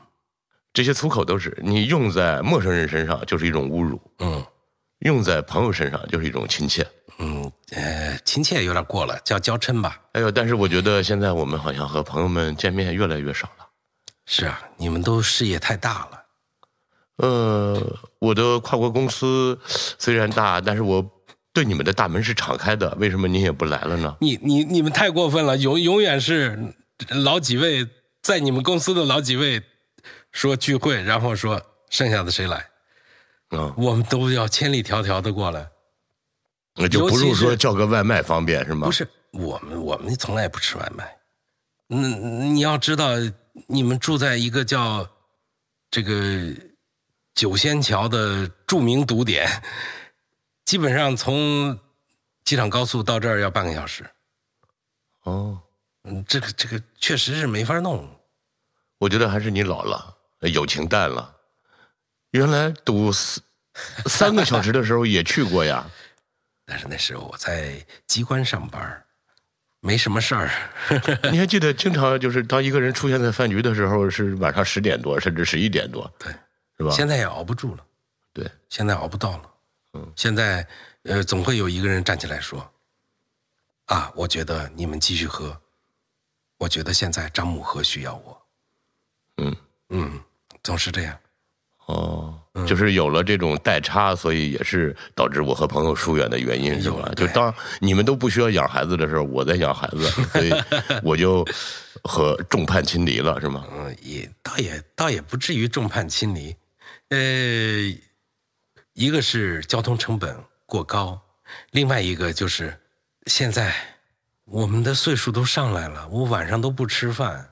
Speaker 3: 这些粗口都是你用在陌生人身上就是一种侮辱，
Speaker 4: 嗯。
Speaker 3: 用在朋友身上就是一种亲切。
Speaker 4: 嗯，呃，亲切有点过了，叫娇嗔吧。
Speaker 3: 哎呦，但是我觉得现在我们好像和朋友们见面越来越少了。
Speaker 4: 是啊，你们都事业太大了。
Speaker 3: 呃，我的跨国公司虽然大，但是我对你们的大门是敞开的，为什么您也不来了呢？
Speaker 4: 你你你们太过分了，永永远是老几位在你们公司的老几位说聚会，然后说剩下的谁来，
Speaker 3: 啊、
Speaker 4: 我们都要千里迢迢的过来。
Speaker 3: 那就不如
Speaker 4: 尤其
Speaker 3: 说
Speaker 4: 是
Speaker 3: 叫个外卖方便是吗？
Speaker 4: 不，是，我们我们嗯从来不吃外卖。那、你要知道，你们住在一个叫这个九仙桥的著名堵点， 基本上从机场高速到这儿要半个小时。
Speaker 3: 哦，
Speaker 4: 嗯，这个这个确实是没法弄。
Speaker 3: 我觉得还是你老了，友情淡了。原来堵三三个小时的时候也去过呀。
Speaker 4: 但是那时候我在机关上班儿，没什么事儿。
Speaker 3: 你还记得，经常就是当一个人出现在饭局的时候，是晚上十点多，甚至十一点多，
Speaker 4: 对，
Speaker 3: 是吧？
Speaker 4: 现在也熬不住了，
Speaker 3: 对，
Speaker 4: 现在熬不到了。
Speaker 3: 嗯，
Speaker 4: 现在呃，总会有一个人站起来说：“啊，我觉得你们继续喝，我觉得现在张母河需要我。
Speaker 3: 嗯，”
Speaker 4: 嗯，总是这样。
Speaker 3: 哦，
Speaker 4: 嗯
Speaker 3: 就是有了这种代差，所以也是导致我和朋友疏远的原因，是吧？
Speaker 4: 有
Speaker 3: 就
Speaker 4: 哎对
Speaker 3: 当你们都不需要养孩子的时候，我在养孩 子，所以我就和众叛亲离了，是吗？
Speaker 4: 嗯，也倒也倒也不至于众叛亲离，呃，一个是交通成本过高，另外一个就是现在我们的岁数都上来了，我晚上都不吃饭，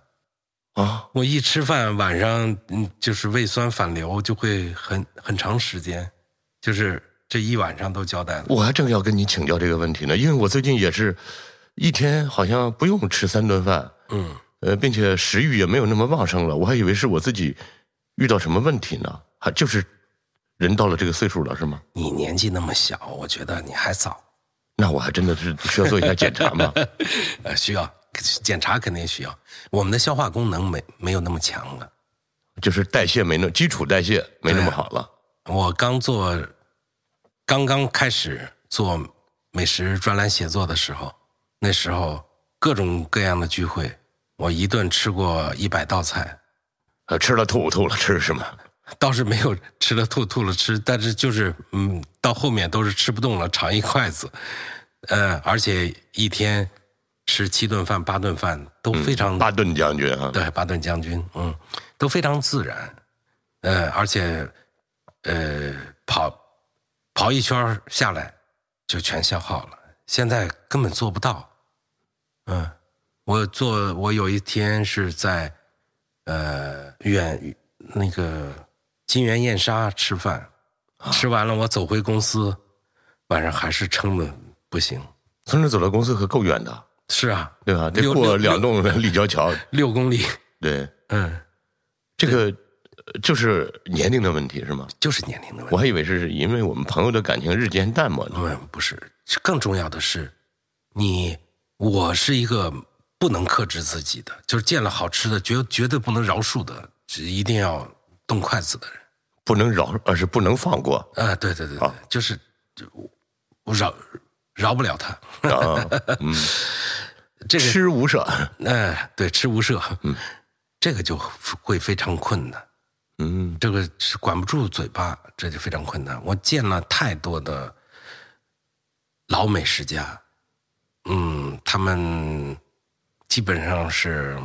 Speaker 3: 啊，
Speaker 4: 我一吃饭晚上嗯就是胃酸反流就会很很长时间，就是这一晚上都交代了。
Speaker 3: 我还正要跟你请教这个问题呢，因为我最近也是一天好像不用吃三顿饭，
Speaker 4: 嗯，
Speaker 3: 呃，并且食欲也没有那么旺盛了，我还以为是我自己遇到什么问题呢，还就是人到了这个岁数了是吗？
Speaker 4: 你年纪那么小，我觉得你还早，
Speaker 3: 那我还真的是需要做一下检查吗？
Speaker 4: 呃，需要检查肯定需要，我们的消化功能没没有那么强了。
Speaker 3: 就是代谢没那基础代谢没那么好了。
Speaker 4: 我刚做，刚刚开始做美食专栏写作的时候，那时候各种各样的聚会，我一顿吃过一百道菜，
Speaker 3: 呃，吃了吐吐了吃是吗？
Speaker 4: 倒是没有吃了吐吐了吃，但是就是嗯，到后面都是吃不动了，尝一筷子，呃，而且一天吃七顿饭、八顿饭都非常、
Speaker 3: 巴顿将军啊，
Speaker 4: 嗯对，巴顿将军，嗯，都非常自然，呃，而且，呃，跑跑一圈儿下来就全消耗了，现在根本做不到，嗯，我做我有一天是在呃远那个金源燕莎吃饭，吃完了我走回公司，晚上还是撑的不行，
Speaker 3: 从这走到公司可够远的，
Speaker 4: 是啊，
Speaker 3: 对吧？得
Speaker 4: 六六
Speaker 3: 过两栋立交桥，
Speaker 4: 六公里，
Speaker 3: 对，
Speaker 4: 嗯，
Speaker 3: 这个呃就是年龄的问题是吗？
Speaker 4: 就是年龄的问题
Speaker 3: 我。还以为是因为我们朋友的感情日渐淡漠呢。
Speaker 4: 不不是，更重要的是，你我是一个不能克制自己的，就是见了好吃的绝绝对不能饶恕的，只一定要动筷子的人。
Speaker 3: 不能饶，而是不能放过
Speaker 4: 啊，对对对对
Speaker 3: 好，
Speaker 4: 就是就我我饶饶不了他。
Speaker 3: 啊！嗯，
Speaker 4: 这个
Speaker 3: 吃无赦。
Speaker 4: 哎、对，吃无赦，嗯，这个就会非常困难。
Speaker 3: 嗯，
Speaker 4: 这个是管不住嘴巴，这就非常困难。我见了太多的老美食家，嗯，他们基本上是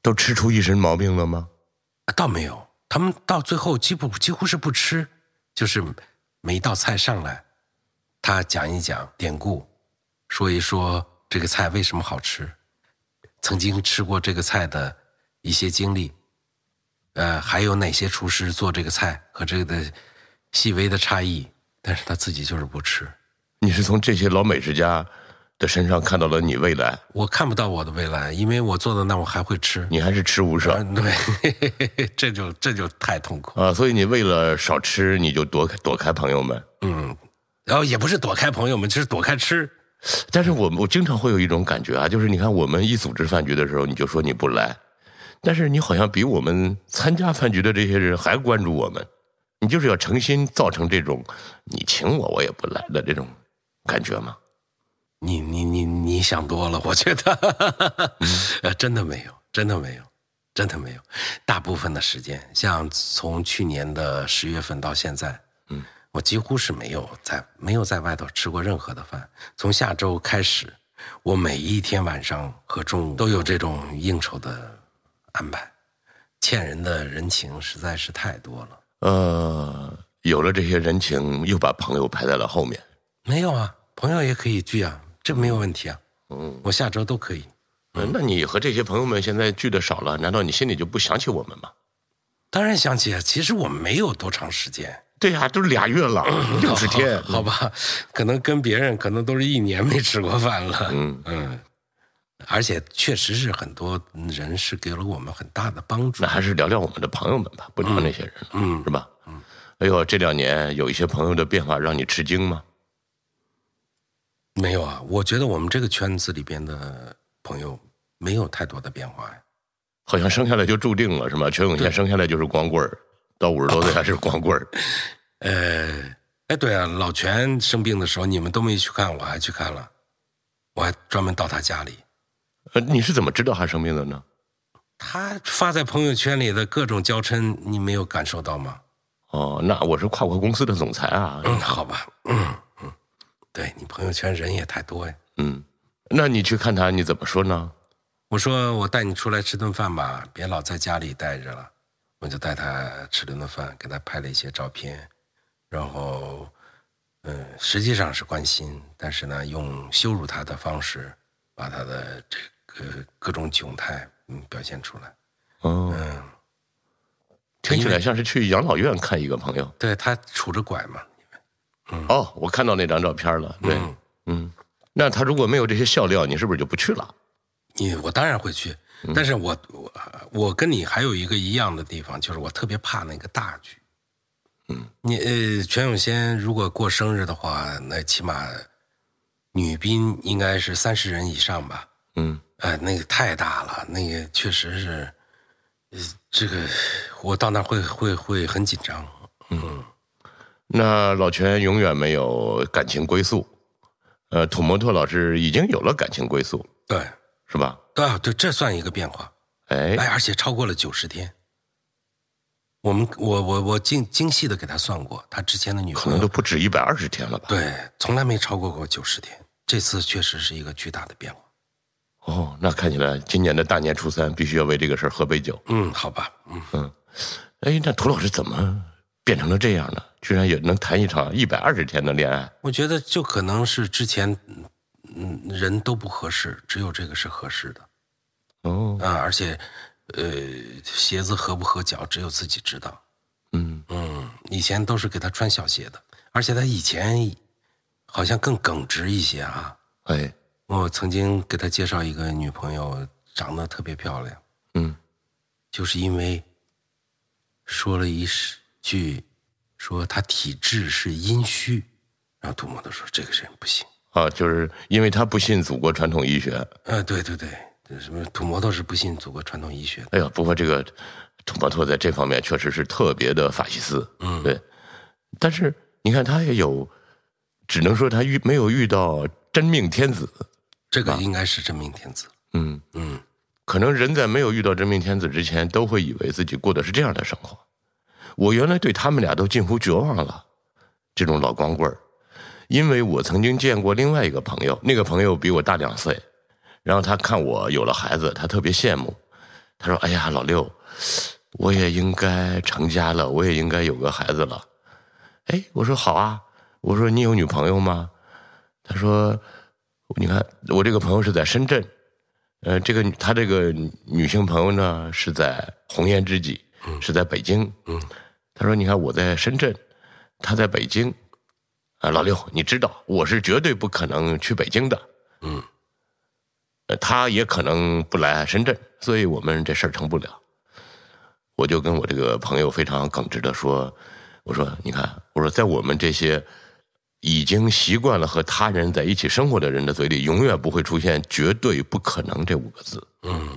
Speaker 3: 都吃出一身毛病了吗？
Speaker 4: 啊倒没有，他们到最后几乎几乎是不吃，就是每一道菜上来，他讲一讲典故，说一说这个菜为什么好吃，曾经吃过这个菜的一些经历，呃，还有哪些厨师做这个菜和这个的细微的差异，但是他自己就是不吃。
Speaker 3: 你是从这些老美食家的身上看到了你未来，
Speaker 4: 我看不到我的未来，因为我做的那我还会吃。
Speaker 3: 你还是吃无赦
Speaker 4: 嗯，对， 这就这就太痛苦了。
Speaker 3: 啊！所以你为了少吃，你就躲开躲开朋友们。
Speaker 4: 嗯，然后也不是躲开朋友们，就是躲开吃。
Speaker 3: 但是我我经常会有一种感觉啊，就是你看我们一组织饭局的时候，你就说你不来，但是你好像比我们参加饭局的这些人还关注我们，你就是要诚心造成这种你请我我也不来的这种感觉嘛。
Speaker 4: 你你你你想多了，我觉得， 呃，真的没有，真的没有，真的没有。大部分的时间，像从去年的十月份到现在，
Speaker 3: 嗯，
Speaker 4: 我几乎是没有在没有在外头吃过任何的饭。从下周开始，我每一天晚上和中午都有这种应酬的安排，欠人的人情实在是太多了。
Speaker 3: 呃，有了这些人情，又把朋友排在了后面。
Speaker 4: 没有啊，朋友也可以聚啊，这没有问题啊。
Speaker 3: 嗯，
Speaker 4: 我下周都可以。
Speaker 3: 那你和这些朋友们现在聚的少了，难道你心里就不想起我们吗？
Speaker 4: 当然想起，其实我没有多长时间，
Speaker 3: 对呀、都俩月了，六十 天，
Speaker 4: 好吧，可能跟别人可能都是一年没吃过饭了。
Speaker 3: 嗯
Speaker 4: 嗯，而且确实是很多人是给了我们很大的帮助
Speaker 3: 那。还是聊聊我们的朋友们吧，不聊那些人了，
Speaker 4: 嗯
Speaker 3: 是吧？哎呦，这两年有一些朋友的变化让你吃惊吗？
Speaker 4: 没有啊，我觉得我们这个圈子里边的朋友没有太多的变化呀。
Speaker 3: 好像生下来就注定了，是吗？全永
Speaker 4: 对
Speaker 3: 贤生下来就是光棍儿，到五十多岁还是光棍儿。
Speaker 4: 呃，哎，对啊，老全生病的时候你们都没去看，我还去看了，我还专门到他家里。
Speaker 3: 呃，你是怎么知道他生病的呢？
Speaker 4: 他发在朋友圈里的各种娇嗔，你没有感受到吗？
Speaker 3: 哦，那我是跨国公司的总裁啊，
Speaker 4: 嗯，好吧，嗯嗯，对你朋友圈人也太多呀。
Speaker 3: 嗯，那你去看他，你怎么说呢？
Speaker 4: 我说我带你出来吃顿饭吧，别老在家里待着了。我就带他吃了顿饭，给他拍了一些照片，然后，嗯，实际上是关心，但是呢，用羞辱他的方式，把他的这个各种窘态，嗯，表现出来。
Speaker 3: 哦，
Speaker 4: 嗯，
Speaker 3: 听起
Speaker 4: 因
Speaker 3: 来
Speaker 4: 为
Speaker 3: 像是去养老院看一个朋友。
Speaker 4: 对他杵着拐嘛，
Speaker 3: 哦，我看到那张照片了。对，
Speaker 4: 嗯
Speaker 3: 嗯，那他如果没有这些笑料，你是不是就不去了？
Speaker 4: 你我当然会去，
Speaker 3: 嗯
Speaker 4: 但是我我我跟你还有一个一样的地方，就是我特别怕那个大局。嗯，你呃，全永先如果过生日的话，那起码女宾应该是三十人以上吧？
Speaker 3: 嗯，
Speaker 4: 呃，那个太大了，那个确实是，呃，这个我到那儿会会会很紧张。
Speaker 3: 那老全永远没有感情归宿。呃，土摩托老师已经有了感情归宿，
Speaker 4: 对，
Speaker 3: 是吧？
Speaker 4: 对啊，对，这算一个变化。
Speaker 3: 哎，
Speaker 4: 哎，而且超过了九十天。我们我我我精精细的给他算过，他之前的女
Speaker 3: 可
Speaker 4: 朋
Speaker 3: 能
Speaker 4: 友
Speaker 3: 都不止一百二十天了吧？，
Speaker 4: 对从来没超过过九十天，这次确实是一个巨大的变化。
Speaker 3: 哦，那看起来今年的大年初三必须要为这个事儿喝杯酒。
Speaker 4: 嗯，好吧，嗯，
Speaker 3: 哎，那涂老师怎么变成了这样呢？居然也能谈一场一百二十天的恋爱？
Speaker 4: 我觉得就可能是之前嗯嗯人都不合适，只有这个是合适的
Speaker 3: 哦，
Speaker 4: 啊，而且呃鞋子合不合脚只有自己知道。
Speaker 3: 嗯，
Speaker 4: 嗯，以前都是给他穿小鞋的，而且他以前好像更耿直一些啊。
Speaker 3: 哎，
Speaker 4: 我哦曾经给他介绍一个女朋友，长得特别漂亮，
Speaker 3: 嗯，
Speaker 4: 就是因为说了一句，说她体质是阴虚，然后杜牧都说这个人不行。
Speaker 3: 啊，就是因为他不信祖国传统医学。
Speaker 4: 呃，对对对，这什么土摩托是不信祖国传统医学的，
Speaker 3: 哎呀，不过这个土摩托在这方面确实是特别的法西斯，
Speaker 4: 嗯
Speaker 3: 对。但是你看，他也有，只能说他遇没有遇到真命天子，
Speaker 4: 这个应该是真命天子。
Speaker 3: 嗯。
Speaker 4: 嗯，
Speaker 3: 可能人在没有遇到真命天子之前，都会以为自己过的是这样的生活。我原来对他们俩都近乎绝望了，这种老光棍儿，因为我曾经见过另外一个朋友，那个朋友比我大两岁，然后他看我有了孩子，他特别羡慕，他说：“哎呀，老六，我也应该成家了，我也应该有个孩子了。”哎，我说好啊，我说你有女朋友吗？他说：“你看，我这个朋友是在深圳，呃，这个女她这个女性朋友呢是在红颜知己，是在北京。嗯，她说：“你看我在深圳，她在北京。啊，老六，你知道我是绝对不可能去北京的。
Speaker 4: 嗯，
Speaker 3: 呃，她也可能不来深圳，所以我们这事儿成不了。”我就跟我这个朋友非常耿直的说：“我说，你看，我说在我们这些已经习惯了和他人在一起生活的人的嘴里，永远不会出现‘绝对不可能’这五个字。
Speaker 4: 嗯，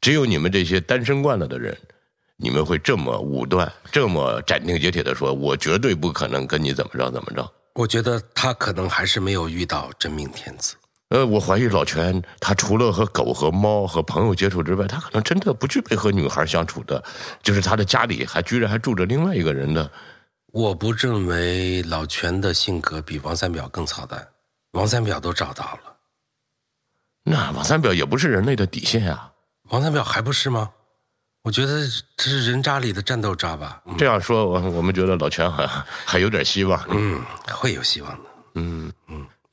Speaker 3: 只有你们这些单身惯了的人，你们会这么武断，这么斩钉截铁的说：‘我绝对不可能跟你怎么着怎么着。
Speaker 4: 我觉得他可能还是没有遇到真命天子。’
Speaker 3: 呃，我怀疑老全他除了和狗和猫和朋友接触之外，他可能真的不具备和女孩相处的，就是他的家里还居然还住着另外一个人的。
Speaker 4: 我不认为老全的性格比王三表更操蛋，王三表都找到了，
Speaker 3: 那王三表也不是人类的底线啊！
Speaker 4: 王三表还不是吗？我觉得这是人渣里的战斗渣吧，
Speaker 3: 这样说，我我们觉得老全还还有点希望。
Speaker 4: 嗯，会有希望的。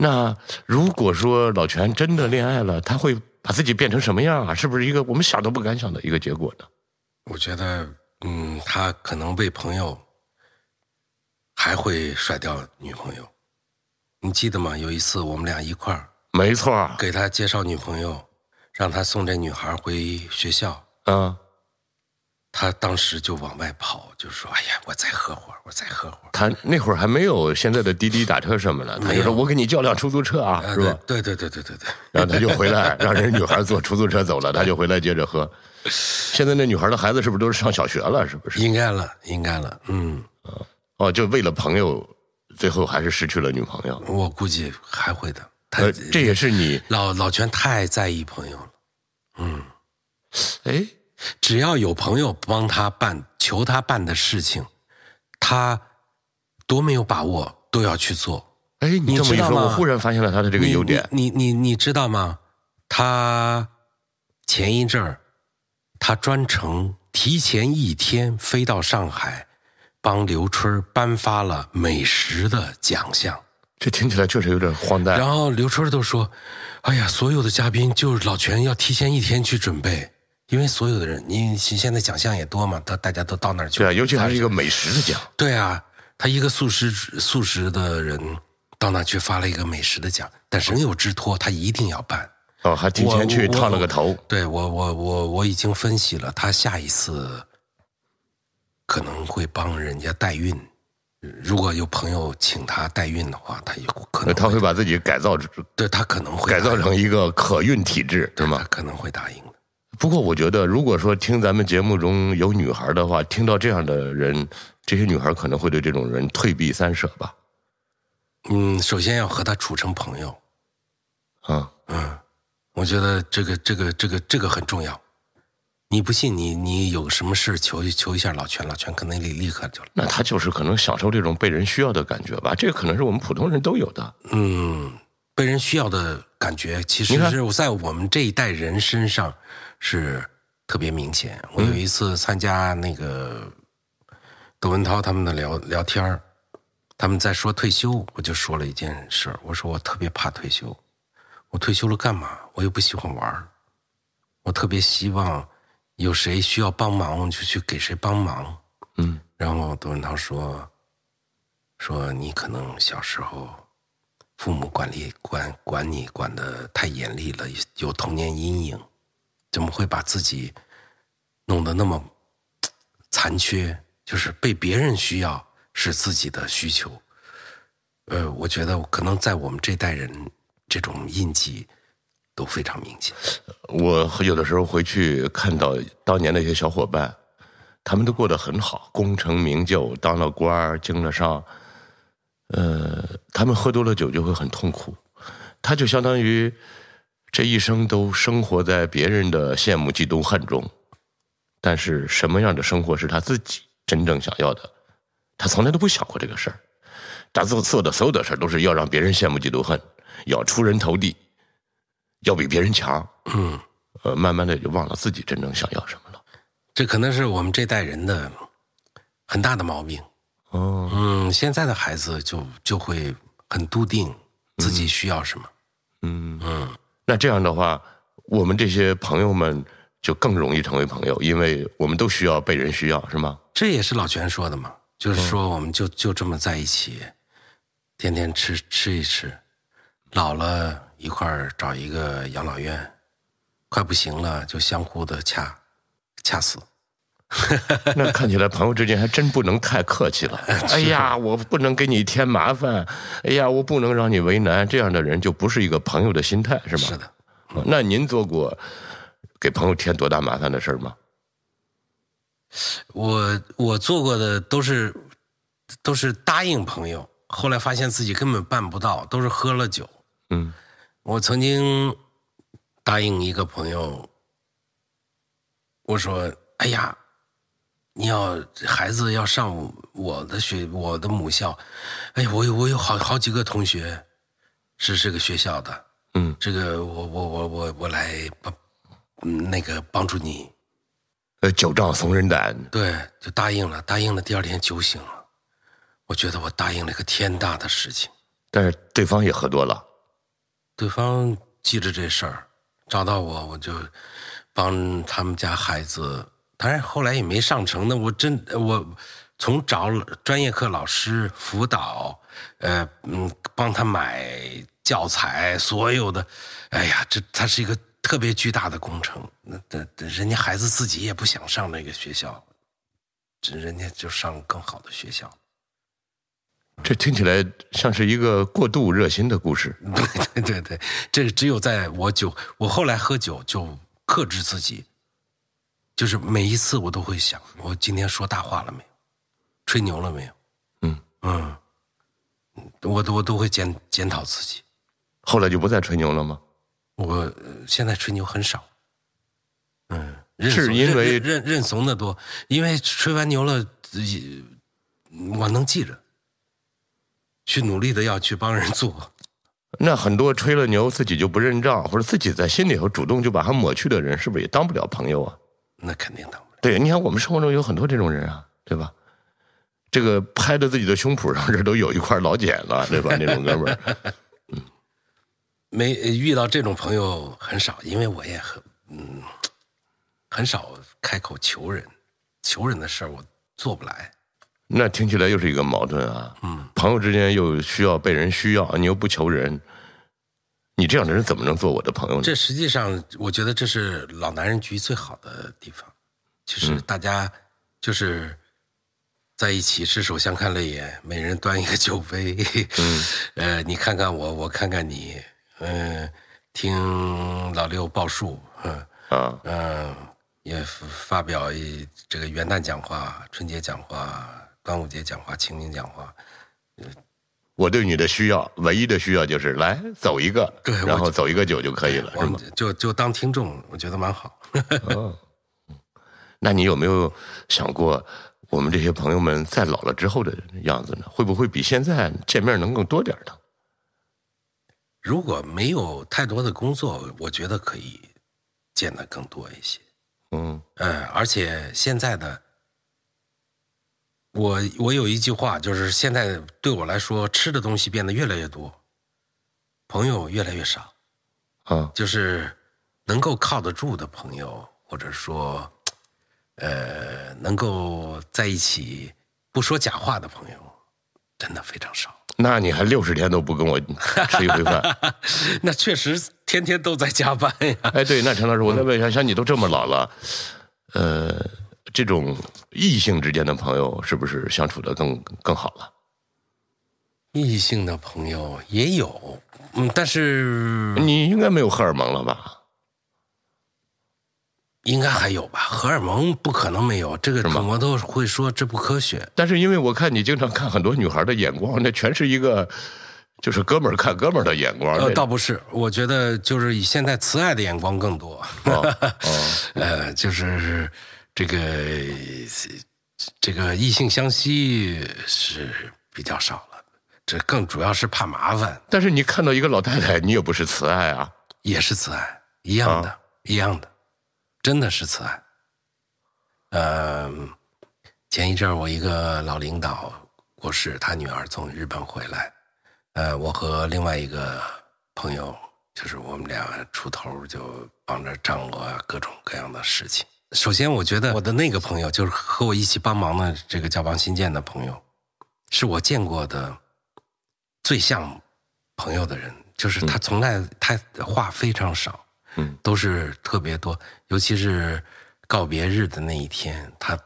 Speaker 3: 那如果说老全真的恋爱了，他会把自己变成什么样啊？是不是一个我们想都不敢想的一个结果呢？
Speaker 4: 我觉得嗯，他可能为朋友还会甩掉女朋友。你记得吗？有一次我们俩一块儿
Speaker 3: 没错儿，
Speaker 4: 给他介绍女朋友，让他送这女孩回学校，
Speaker 3: 嗯，
Speaker 4: 他当时就往外跑，就说：“哎呀，我再合伙，我再合伙。
Speaker 3: 他那会儿还没有现在的滴滴打车什么的，他就
Speaker 4: 没有
Speaker 3: 说我给你叫辆出租车啊，
Speaker 4: 啊”
Speaker 3: 是吧？
Speaker 4: 对对对对对对
Speaker 3: 然后他就回来，让人女孩坐出租车走了，他就回来接着喝。现在那女孩的孩子是不是都是上小学了？是不
Speaker 4: 对，
Speaker 3: 是？
Speaker 4: 应该了，应该了。嗯，
Speaker 3: 哦，就为了朋友，最后还是失去了女朋友。
Speaker 4: 我估计还会的。他、
Speaker 3: 呃，这也是你
Speaker 4: 老老全太在意朋友了。
Speaker 3: 哎，
Speaker 4: 只要有朋友帮他办、求他办的事情，他多没有把握都要去做。
Speaker 3: 哎，你这么
Speaker 4: 你
Speaker 3: 一
Speaker 4: 知道
Speaker 3: 说，
Speaker 4: 吗
Speaker 3: 我忽然发现了他的这个
Speaker 4: 你
Speaker 3: 优点。
Speaker 4: 你你你你知道吗？他前一阵儿，他专程提前一天飞到上海，帮刘春儿颁发了美食的奖项。
Speaker 3: 这听起来确实有点荒诞。
Speaker 4: 然后刘春儿都说：“哎呀，所有的嘉宾就是老全要提前一天去准备，因为所有的人，因为现在奖项也多嘛，他大家都到那儿去。”
Speaker 3: 对啊，尤其还是一个美食的奖，
Speaker 4: 对啊，他一个素食素食的人到那去发了一个美食的奖，但神有之托，他一定要办。
Speaker 3: 哦，还提前去烫了个头。
Speaker 4: 对我，我我我已经分析了，他下一次可能会帮人家代孕。如果有朋友请他代孕的话，他有可能
Speaker 3: 哎他会把自己改造
Speaker 4: 对他可能会
Speaker 3: 改造
Speaker 4: 答应
Speaker 3: 成一个可运体质，是
Speaker 4: 他
Speaker 3: 吗？
Speaker 4: 可能会答应的。
Speaker 3: 不过我觉得，如果说听咱们节目中有女孩的话，听到这样的人，这些女孩可能会对这种人退避三舍吧。
Speaker 4: 嗯，首先要和他处成朋友，
Speaker 3: 啊、
Speaker 4: 我觉得这个这个这个这个很重要。你不信你你有什么事求一求一下老全，老全可能立立刻就来。
Speaker 3: 那她就是可能享受这种被人需要的感觉吧。这个可能是我们普通人都有的。
Speaker 4: 嗯，被人需要的感觉，其
Speaker 3: 你
Speaker 4: 实
Speaker 3: 看
Speaker 4: 是我在我们这一代人身上是特别明显。我有一次参加那个窦文涛他们的聊聊天儿他们在说退休，我就说了一件事儿，我说我特别怕退休，我退休了干嘛？我又不喜欢玩儿我特别希望有谁需要帮忙，我就去给谁帮忙。
Speaker 3: 嗯，
Speaker 4: 然后窦文涛说：“说你可能小时候父母管理管管你管得太严厉了，有童年阴影，怎么会把自己弄得那么残缺？就是被别人需要是自己的需求。呃，我觉得可能在我们这代人，这种印记都非常明显。
Speaker 3: 我有的时候回去看到当年那些小伙伴，他们都过得很好，功成名就，当了官儿，经了商。呃，他们喝多了酒就会很痛苦，他就相当于这一生都生活在别人的羡慕、嫉妒、恨中。但是什么样的生活是他自己真正想要的？他从来都不想过这个事儿。他做做的所有的事儿都是要让别人羡慕、嫉妒、恨，要出人头地，要比别人强。
Speaker 4: 嗯，
Speaker 3: 呃，慢慢的也就忘了自己真正想要什么了。
Speaker 4: 这可能是我们这代人的很大的毛病。
Speaker 3: 哦，
Speaker 4: 嗯，现在的孩子就就会很笃定自己需要什么。
Speaker 3: 嗯，
Speaker 4: 嗯，
Speaker 3: 那这样的话，我们这些朋友们就更容易成为朋友，因为我们都需要被人需要，是 吗？
Speaker 4: 这也是老全说的嘛，就是说我们就就这么在一起，天天吃吃一吃，老了一块儿找一个养老院，快不行了就相互的掐掐死。
Speaker 3: 那看起来朋友之间还真不能太客 气了。哎呀，我不能给你添麻烦，哎呀，我不能让你为难，这样的人就不是一个朋友的心态，是吗？
Speaker 4: 是的，
Speaker 3: 哦。那您做过给朋友添多大麻烦的事儿吗？
Speaker 4: 我我做过的都是都是答应朋友，后来发现自己根本办不到，都是喝了酒。
Speaker 3: 嗯，
Speaker 4: 我曾经答应一个朋友，我说：“哎呀，你要孩子要上我的学，我的母校，哎，我有我有好好几个同学是这个学校的，
Speaker 3: 嗯，
Speaker 4: 这个我我我我我来帮，嗯那个帮助你。”
Speaker 3: 呃，酒壮怂人胆，
Speaker 4: 对，就答应了。答应了，第二天酒醒了，我觉得我答应了一个天大的事情。
Speaker 3: 但是对方也喝多了。
Speaker 4: 对方记着这事儿，找到我，我就帮他们家孩子当然后来也没上成。那我真我从找专业课老师辅导，呃嗯，帮他买教材，所有的，哎呀，这它是一个特别巨大的工程。那那人家孩子自己也不想上那个学校，这人家就上更好的学校。
Speaker 3: 这听起来像是一个过度热心的故事。
Speaker 4: 对 对对对，这个只有在我酒，我后来喝酒就克制自己，就是每一次我都会想，我今天说大话了没有，吹牛了没有，
Speaker 3: 嗯
Speaker 4: 嗯，我都我都会检检讨自己。
Speaker 3: 后来就不再吹牛了吗？
Speaker 4: 我呃现在吹牛很少，嗯，认
Speaker 3: 是
Speaker 4: 怂
Speaker 3: 因
Speaker 4: 认
Speaker 3: 为
Speaker 4: 认认认怂的多，因为吹完牛了，自己我能记着，去努力的要去帮人做。
Speaker 3: 那很多吹了牛自己就不认账，或者自己在心里头主动就把它抹去的人，是不是也当不了朋友啊？
Speaker 4: 那肯定当不了。
Speaker 3: 对，你看我们生活中有很多这种人啊，对吧？这个拍着自己的胸脯上，这都有一块老茧了，对吧？那种哥们儿，
Speaker 4: 没呃遇到这种朋友很少，因为我也很嗯，很少开口求人，求人的事儿我做不来。
Speaker 3: 那听起来又是一个矛盾啊。嗯，朋友之间又需要被人需要，你又不求人，你这样的人怎么能做我的朋友呢？
Speaker 4: 这实际上，我觉得这是老男人局最好的地方，就是大家就是在一起赤手相看泪眼，每人端一个酒杯，嗯， 呃，你看看我，我看看你，嗯、听老六报数，嗯、
Speaker 3: 啊，
Speaker 4: 嗯，也发表一这个元旦讲话、春节讲话、端午节讲话、清明讲话。
Speaker 3: 我对你的需要，唯一的需要就是来走一个，
Speaker 4: 对我
Speaker 3: 然后
Speaker 4: 就
Speaker 3: 走一个酒就可以了，
Speaker 4: 我
Speaker 3: 是吗？
Speaker 4: 们就就当听众，我嗯觉得蛮好。
Speaker 3: 哦，那你有没有想过，我们这些朋友们在老了之后的样子呢？会不会比现在见面能更多点儿呢？
Speaker 4: 如果没有太多的工作，我觉得可以见得更多一些。
Speaker 3: 嗯
Speaker 4: 嗯，而且现在的我，我有一句话，就是现在对我来说，吃的东西变得越来越多，朋友越来越少。
Speaker 3: 啊，
Speaker 4: 就是能够靠得住的朋友，或者说，呃，能够在一起不说假话的朋友，真的非常少。
Speaker 3: 那你还六十天都不跟我吃一回饭？
Speaker 4: 那确实天天都在加班呀。
Speaker 3: 哎，对，那陈老师，我再问一下，像你都这么老了，呃，这种异性之间的朋友是不是相处的更更好了？
Speaker 4: 异性的朋友也有，嗯，但是
Speaker 3: 你应该没有荷尔蒙了吧？
Speaker 4: 应该还有吧？荷尔蒙不可能没有，这个
Speaker 3: 吗
Speaker 4: 我都会说这不科学。
Speaker 3: 但是因为我看你经常看很多女孩的眼光，那全是一个就是哥们儿看哥们儿的眼光，
Speaker 4: 呃，
Speaker 3: 这
Speaker 4: 倒不是，我觉得就是以现在慈爱的眼光更多。
Speaker 3: 哦哦
Speaker 4: 呃，就是这个这个异性相吸是比较少了，这更主要是怕麻烦，
Speaker 3: 但是你看到一个老太太，你也不是慈爱啊。
Speaker 4: 也是慈爱一样的，一样的，真的是慈爱。呃，前一阵儿我一个老领导过世，他女儿从日本回来，呃，我和另外一个朋友，就是我们俩出头就帮着张罗啊各种各样的事情。首先，我觉得我的那个朋友，就是和我一起帮忙的这个叫王新建的朋友，是我见过的最像朋友的人，就是他从来他话非常少，
Speaker 3: 嗯，
Speaker 4: 都是特别多，尤其是告别日的那一天，他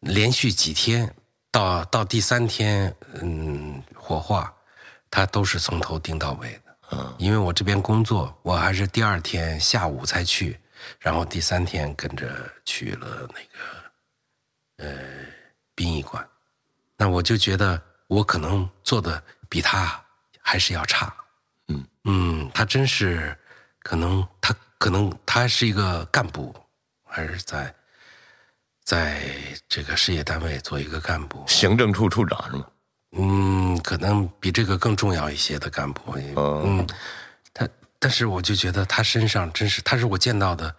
Speaker 4: 连续几天到到第三天，嗯，火化，他都是从头盯到尾的。
Speaker 3: 嗯，
Speaker 4: 因为我这边工作，我还是第二天下午才去，然后第三天跟着去了那个呃殡仪馆。那我就觉得我可能做的比他还是要差。
Speaker 3: 嗯
Speaker 4: 嗯，他真是可能他可能他是一个干部，还是在在这个事业单位做一个干部。
Speaker 3: 行政处处长是吗？
Speaker 4: 嗯，可能比这个更重要一些的干部。
Speaker 3: 哦
Speaker 4: 嗯，他，但是我就觉得他身上真是，他是我见到的，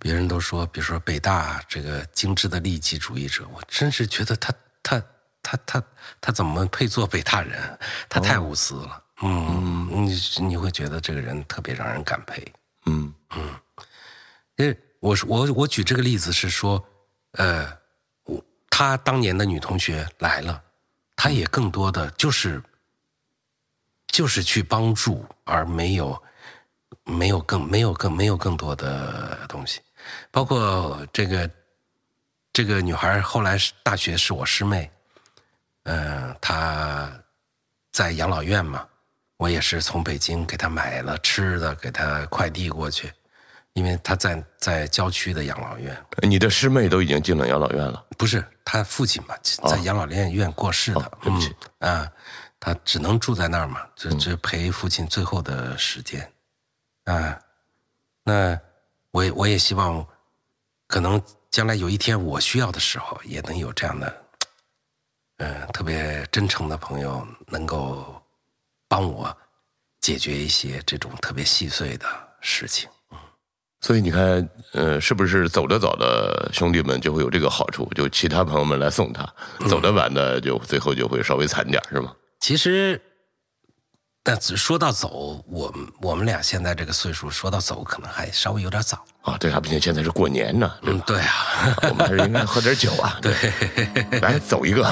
Speaker 4: 别人都说，比如说北大这个精致的利己主义者，我真是觉得他他他他他怎么配做北大人？他太无私了。嗯，你你会觉得这个人特别让人感佩。
Speaker 3: 嗯
Speaker 4: 因为我是我我举这个例子是说，呃，我他当年的女同学来了，他也更多的就是就是去帮助，而没有没有更没有更没有更多的东西，包括这个这个女孩后来是大学是我师妹，嗯、她在养老院嘛，我也是从北京给她买了吃的，给她快递过去，因为她在在郊区的养老院，
Speaker 3: 你的师妹都已经进了养老院了，
Speaker 4: 不是他父亲嘛，在养老院院过世的，
Speaker 3: 对不起
Speaker 4: 嗯啊，他只能住在那儿嘛，这这陪父亲最后的时间，啊，那我也我也希望，可能将来有一天我需要的时候，也能有这样的，嗯、特别真诚的朋友能够帮我解决一些这种特别细碎的事情。
Speaker 3: 所以你看，呃，是不是走得早的兄弟们就会有这个好处？就其他朋友们来送他，
Speaker 4: 嗯
Speaker 3: 走得晚的就最后就会稍微惨点儿，是吗？
Speaker 4: 其实，但只说到走，我们我们俩现在这个岁数，说到走可能还稍微有点早。
Speaker 3: 啊，对啊，毕竟现在是过年 呢，对
Speaker 4: 嗯
Speaker 3: 吧，？
Speaker 4: 对啊，
Speaker 3: 我们还是应该喝点酒啊。对，来走一个。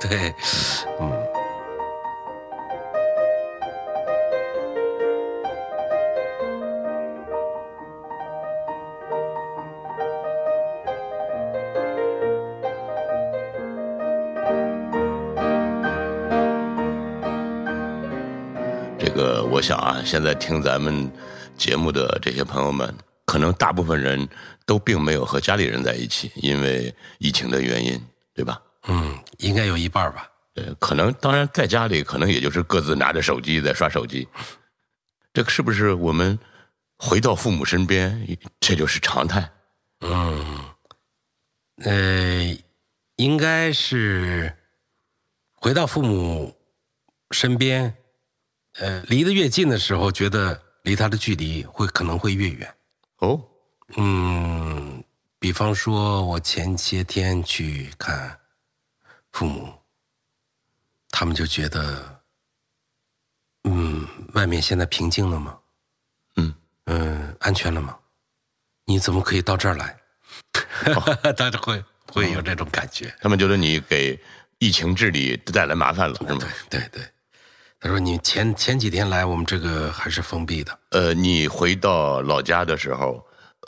Speaker 4: 对，
Speaker 3: 这个我想啊，现在听咱们节目的这些朋友们，可能大部分人都并没有和家里人在一起，因为疫情的原因，对吧？
Speaker 4: 嗯，应该有一半儿吧。
Speaker 3: 呃，可能当然在家里，可能也就是各自拿着手机在刷手机。这个是不是我们回到父母身边，这就是常态？
Speaker 4: 呃，应该是回到父母身边，呃，离得越近的时候，觉得离他的距离会可能会越远。
Speaker 3: 哦，
Speaker 4: 嗯，比方说，我前些天去看父母，他们就觉得，嗯，外面现在平静了吗？
Speaker 3: 嗯
Speaker 4: 嗯，安全了吗？你怎么可以到这儿来？ 他就会会有这种感觉。
Speaker 3: 他们觉得你给疫情治理带来麻烦了，是吗？
Speaker 4: 对对，他说你前前几天来，我们这个还是封闭的。
Speaker 3: 呃，你回到老家的时候，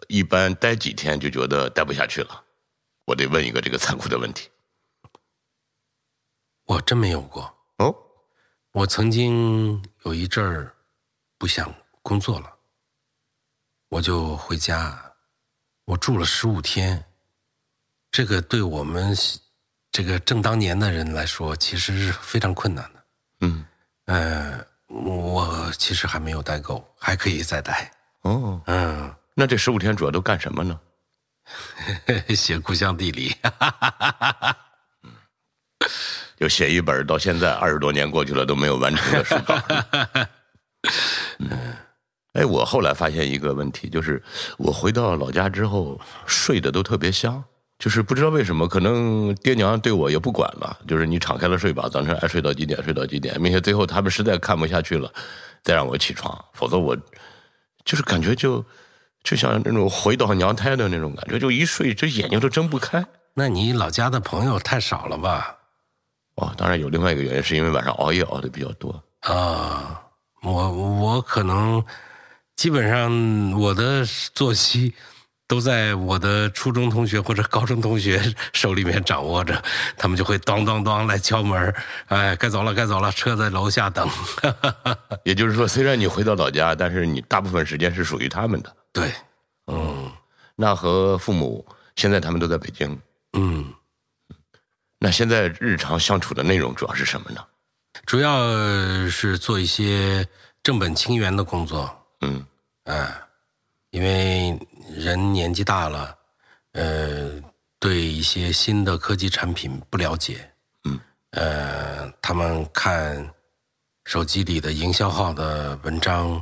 Speaker 3: 一般待几天就觉得待不下去了。我得问一个这个残酷的问题。
Speaker 4: 我真没有过，
Speaker 3: 哦，
Speaker 4: 我曾经有一阵儿不想工作了，我就回家，我住了十五天。这个对我们这个正当年的人来说，其实是非常困难的。
Speaker 3: 嗯，
Speaker 4: 呃，我其实还没有待够，还可以再待。
Speaker 3: 哦，
Speaker 4: 嗯，
Speaker 3: 那这十五天主要都干什么呢？
Speaker 4: 写故乡地理，
Speaker 3: 就写一本到现在二十多年过去了都没有完成的书稿。嗯，哎，我后来发现一个问题，就是我回到老家之后睡得都特别香，就是不知道为什么，可能爹娘对我也不管了，就是你敞开了睡吧，早晨爱睡到几点睡到几点，并且最后他们实在看不下去了，再让我起床，否则我就是感觉就就像那种回到娘胎的那种感觉，就一睡这眼睛都睁不开。
Speaker 4: 那你老家的朋友太少了吧？
Speaker 3: 哦，当然有另外一个原因，是因为晚上熬夜熬的比较多。
Speaker 4: 啊，我我可能基本上我的作息都在我的初中同学或者高中同学手里面掌握着，他们就会当当当来敲门儿，哎，该走了，该走了，车在楼下等。
Speaker 3: 也就是说，虽然你回到老家，但是你大部分时间是属于他们的。
Speaker 4: 对，
Speaker 3: 那和父母现在他们都在北京，
Speaker 4: 嗯，
Speaker 3: 那现在日常相处的内容主要是什么呢？
Speaker 4: 主要是做一些正本清源的工作，
Speaker 3: 嗯，
Speaker 4: 啊，因为人年纪大了，呃，对一些新的科技产品不了解，
Speaker 3: 嗯，
Speaker 4: 呃，他们看手机里的营销号的文章，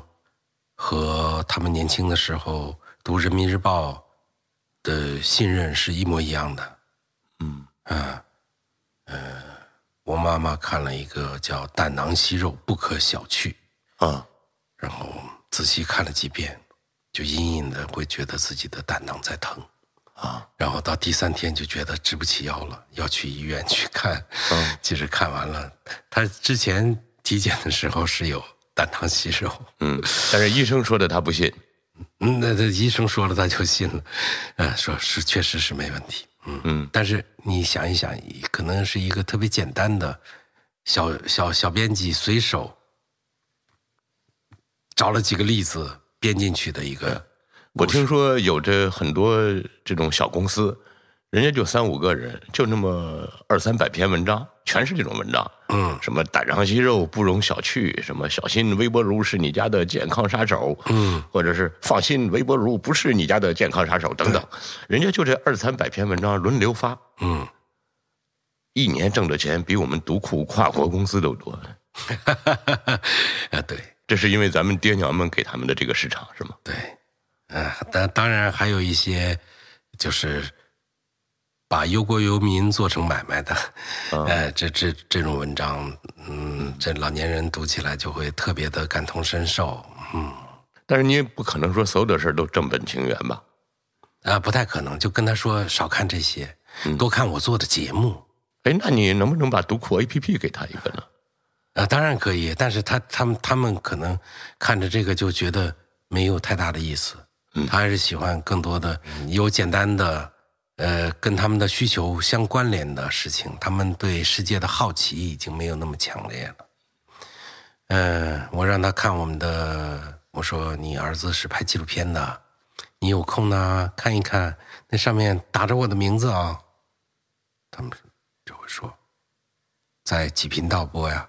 Speaker 4: 和他们年轻的时候读《人民日报》的信任是一模一样的，
Speaker 3: 嗯，
Speaker 4: 啊，呃，我妈妈看了一个叫《胆囊息肉不可小觑》。
Speaker 3: 啊，
Speaker 4: 然后仔细看了几遍，就隐隐的会觉得自己的胆囊在疼。
Speaker 3: 啊、啊，
Speaker 4: 然后到第三天就觉得直不起腰了，要去医院去看。
Speaker 3: 嗯，
Speaker 4: 其实看完了，他之前体检的时候是有胆囊息肉，
Speaker 3: 嗯，但是医生说的他不信，
Speaker 4: 嗯那这医生说了他就信了，啊，说是确实是没问题。嗯
Speaker 3: 嗯，
Speaker 4: 但是你想一想，可能是一个特别简单的小小小编辑随手找了几个例子编进去的一个，
Speaker 3: 我听说有这很多这种小公司，人家就三五个人，就那么二三百篇文章，全是这种文章。
Speaker 4: 嗯，
Speaker 3: 什么胆囊息肉不容小觑，什么小心微波炉是你家的健康杀手，
Speaker 4: 嗯，
Speaker 3: 或者是放心微波炉不是你家的健康杀手等等，人家就这二三百篇文章轮流发，
Speaker 4: 嗯，
Speaker 3: 一年挣的钱比我们独库跨国公司都多。
Speaker 4: 啊，对
Speaker 3: 这是因为咱们爹娘们给他们的这个市场是吗？
Speaker 4: 对，啊，但当然还有一些就是把忧国忧民做成买卖的，呃，这这这种文章，嗯，这老年人读起来就会特别的感同身受，嗯。
Speaker 3: 但是你也不可能说所有的事儿都正本清源吧？
Speaker 4: 啊，不太可能，就跟他说少看这些，多看我做的节目。
Speaker 3: 哎，那你能不能把读库 A P P 给他一个呢？
Speaker 4: 啊，当然可以，但是他他们他们可能看着这个就觉得没有太大的意思，
Speaker 3: 嗯
Speaker 4: 他还是喜欢更多的有简单的，呃，跟他们的需求相关联的事情。他们对世界的好奇已经没有那么强烈了。嗯，我让他看我们的，我说你儿子是拍纪录片的，你有空呢看一看，那上面打着我的名字啊、他们就会说，在几频道播呀。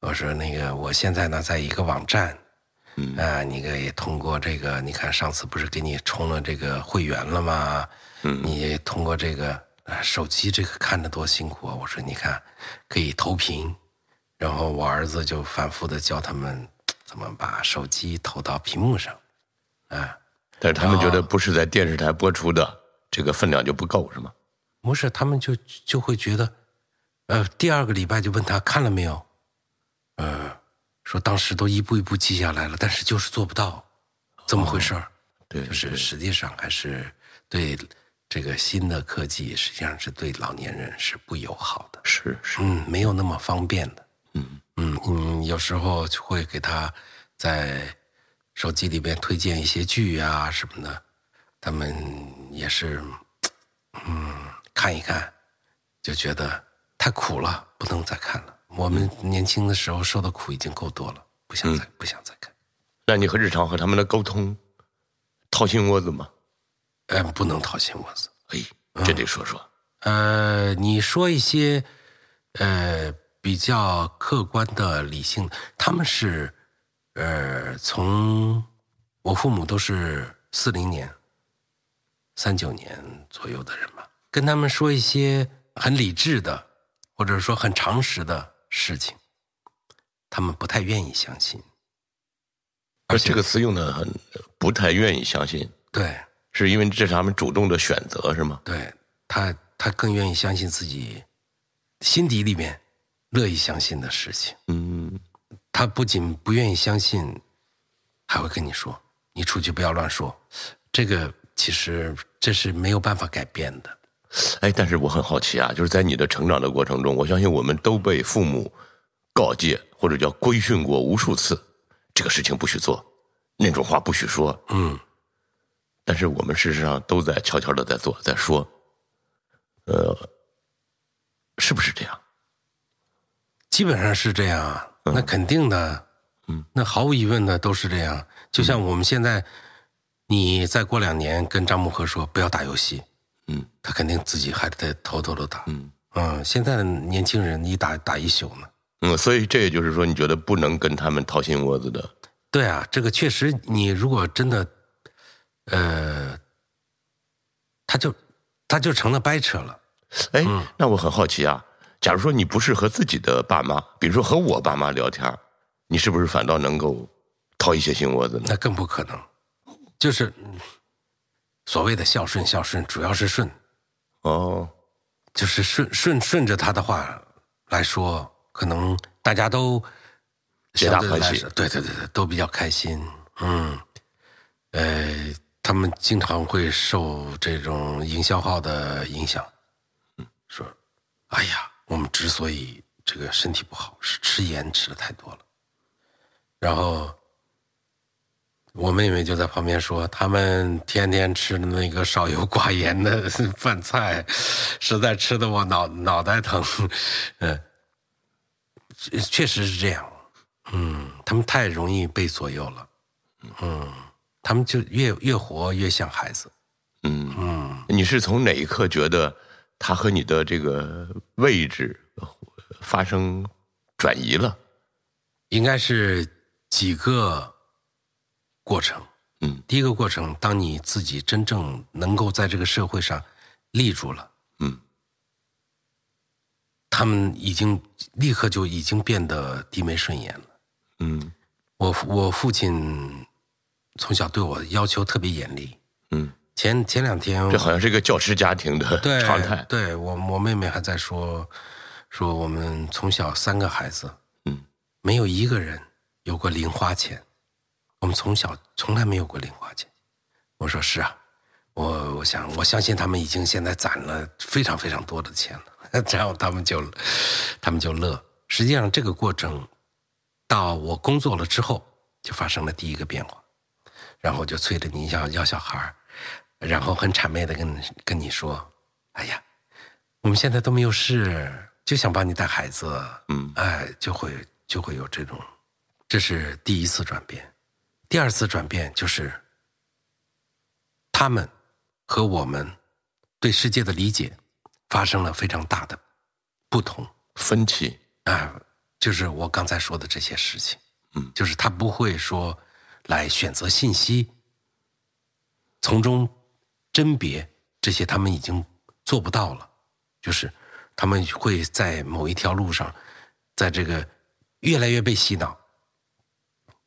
Speaker 4: 我说那个，我现在呢在一个网站，
Speaker 3: 嗯
Speaker 4: 啊，你个也通过这个，你看上次不是给你充了这个会员了吗？
Speaker 3: 嗯
Speaker 4: 你也通过这个啊手机这个看着多辛苦啊！我说你看可以投屏，然后我儿子就反复的教他们怎么把手机投到屏幕上，啊，
Speaker 3: 但是他们觉得不是在电视台播出的，这个分量就不够是吗？
Speaker 4: 不是，他们就就会觉得，呃，第二个礼拜就问他看了没有，呃，说当时都一步一步记下来了，但是就是做不到，怎么回事儿？
Speaker 3: 哦对
Speaker 4: 就是实际上还是对这个新的科技，实际上是对老年人是不友好的。
Speaker 3: 是是，
Speaker 4: 嗯，没有那么方便的。
Speaker 3: 嗯
Speaker 4: 嗯嗯，有时候就会给他在手机里边推荐一些剧啊什么的，他们也是，嗯，看一看就觉得太苦了，不能再看了。我们年轻的时候受的苦已经够多了，不想再、不想再看。
Speaker 3: 那你和日常和他们的沟通，掏心窝子吗？
Speaker 4: 嗯、不能掏心窝子。
Speaker 3: 哎，这得说说。
Speaker 4: 呃，你说一些呃比较客观的、理性的，他们是呃从我父母都是四零年、三九年左右的人吧，跟他们说一些很理智的，或者说很常识的事情，他们不太愿意相信。
Speaker 3: 而这个词用的很不太愿意相信，
Speaker 4: 对，
Speaker 3: 是因为这是他们主动的选择是吗？
Speaker 4: 对他，他更愿意相信自己心底里面乐意相信的事情。
Speaker 3: 嗯，
Speaker 4: 他不仅不愿意相信，还会跟你说：“你出去不要乱说。”这个其实这是没有办法改变的。
Speaker 3: 哎，但是我很好奇啊，就是在你的成长的过程中，我相信我们都被父母告诫或者叫规训过无数次，这个事情不许做，那种话不许说。
Speaker 4: 嗯，
Speaker 3: 但是我们事实上都在悄悄的在做，在说，呃，是不是这样？
Speaker 4: 基本上是这样啊。那肯定的，
Speaker 3: 嗯，
Speaker 4: 那毫无疑问的都是这样。就像我们现在，你再过两年跟张木和说不要打游戏，
Speaker 3: 嗯
Speaker 4: 他肯定自己还得偷偷的打。
Speaker 3: 嗯
Speaker 4: 嗯，现在的年轻人一打打一宿呢。
Speaker 3: 嗯，所以这也就是说，你觉得不能跟他们掏心窝子的，
Speaker 4: 对啊，这个确实，你如果真的，呃，他就他就成了掰扯了。
Speaker 3: 哎，
Speaker 4: 嗯
Speaker 3: 那我很好奇啊，假如说你不是和自己的爸妈，比如说和我爸妈聊天儿，你是不是反倒能够掏一些心窝子呢？
Speaker 4: 那更不可能。就是嗯所谓的孝顺，孝顺主要是顺，
Speaker 3: 哦，
Speaker 4: 就是顺顺顺着他的话来说，可能大家都
Speaker 3: 皆大
Speaker 4: 相对
Speaker 3: 欢
Speaker 4: 来
Speaker 3: 喜
Speaker 4: 说对对对对，都比较开心。嗯，呃，他们经常会受这种营销号的影响，
Speaker 3: 嗯
Speaker 4: 说：“哎呀，我们之所以这个身体不好，是吃盐吃的太多了。”然后我妹妹就在旁边说：“他们天天吃的那个少油寡盐的 饭菜，实在吃的我脑脑袋疼。”嗯，确确实是这样。嗯，他们太容易被左右了。嗯，他们就越越活越像孩子。
Speaker 3: 嗯，
Speaker 4: 嗯，
Speaker 3: 你是从哪一刻觉得他和你的这个位置呃发生转移了？
Speaker 4: 应该是几个过程。
Speaker 3: 嗯
Speaker 4: 第一个过程，当你自己真正能够在这个社会上立住了，
Speaker 3: 嗯
Speaker 4: 他们已经立刻就已经变得低眉顺眼了。
Speaker 3: 嗯
Speaker 4: 我父我父亲从小对我要求特别严厉。
Speaker 3: 嗯，
Speaker 4: 前前两天
Speaker 3: 这好像是一个教师家庭 的
Speaker 4: 嗯对
Speaker 3: 常态。
Speaker 4: 对我我妹妹还在说，说我们从小三个孩子，
Speaker 3: 嗯
Speaker 4: 没有一个人有过零花钱，我们从小从来没有过零花钱。我说是啊，我我想我相信他们已经现在攒了非常非常多的钱了， 然后他们就他们就乐。实际上这个过程到我工作了之后就发生了第一个变化，然后就催着你要要小孩儿，然后很谄媚的跟跟你说，哎呀，我们现在都没有事，就想帮你带孩子。
Speaker 3: 嗯
Speaker 4: 哎，就会就会有这种，这是第一次转变。第二次转变就是，他们和我们对世界的理解发生了非常大的不同
Speaker 3: 分歧。
Speaker 4: 啊，就是我刚才说的这些事情，
Speaker 3: 嗯
Speaker 4: 就是他不会说来选择信息，从中甄别这些，他们已经做不到了。就是他们会在某一条路上，在这个越来越被洗脑。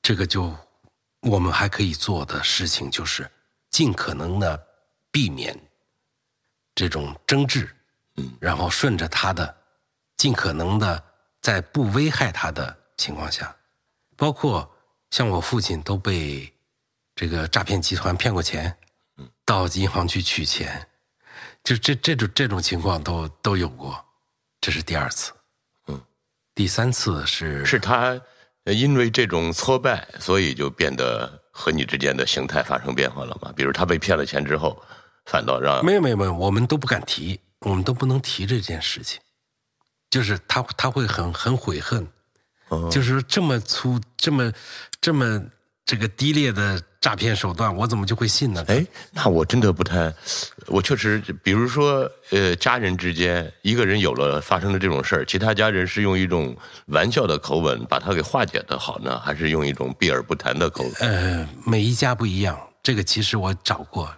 Speaker 4: 这个就我们还可以做的事情，就是尽可能的避免这种争执，
Speaker 3: 嗯
Speaker 4: 然后顺着他的，尽可能的在不危害他的情况下，包括像我父亲都被这个诈骗集团骗过钱，
Speaker 3: 嗯
Speaker 4: 到银行去取钱，就这这种这种情况都都有过，这是第二次，
Speaker 3: 嗯，
Speaker 4: 第三次是
Speaker 3: 是他呃因为这种挫败，所以就变得和你之间的形态发生变化了吗？比如他被骗了钱之后，反倒让
Speaker 4: 没有没有没有，我们都不敢提，我们都不能提这件事情，就是他他会很很悔恨，
Speaker 3: 哦
Speaker 4: 就是说这么粗这么这么这个低劣的诈骗手段，我怎么就会信呢？
Speaker 3: 哎，那我真的不太，我确实，比如说，呃，家人之间，一个人有了发生了这种事儿，其他家人是用一种玩笑的口吻把他给化解的好呢，还是用一种避而不谈的口吻？
Speaker 4: 呃，每一家不一样，这个其实我找过，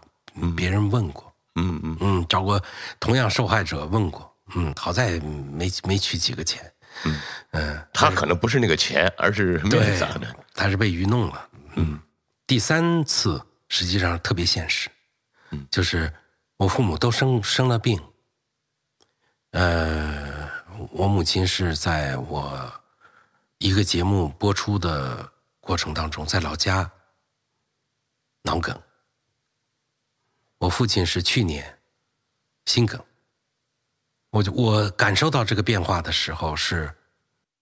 Speaker 4: 别人问过，
Speaker 3: 嗯嗯
Speaker 4: 嗯，找过同样受害者问过，嗯，好在没没取几个钱，嗯、
Speaker 3: 他可能不是那个钱，而是面
Speaker 4: 对
Speaker 3: 子的。，
Speaker 4: 他是被愚弄了。嗯，第三次实际上特别现实，
Speaker 3: 嗯
Speaker 4: 就是我父母都生生了病，呃，我母亲是在我一个节目播出的过程当中，在老家脑梗，我父亲是去年心梗。我就我感受到这个变化的时候是，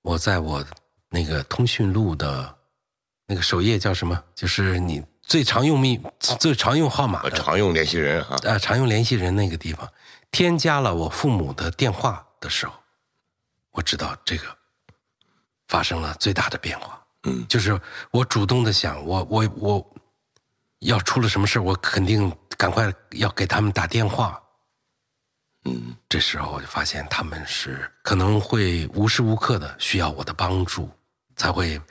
Speaker 4: 我在我那个通讯录的那个首页叫什么？就是你最常用密、最常用号码
Speaker 3: 呃
Speaker 4: 的
Speaker 3: 常用联系人啊，
Speaker 4: 呃常用联系人那个地方，添加了我父母的电话的时候，我知道这个发生了最大的变化。
Speaker 3: 嗯
Speaker 4: 就是我主动的想，我我我要出了什么事我肯定赶快要给他们打电话。
Speaker 3: 嗯
Speaker 4: 这时候我就发现他们是可能会无时无刻的需要我的帮助，才会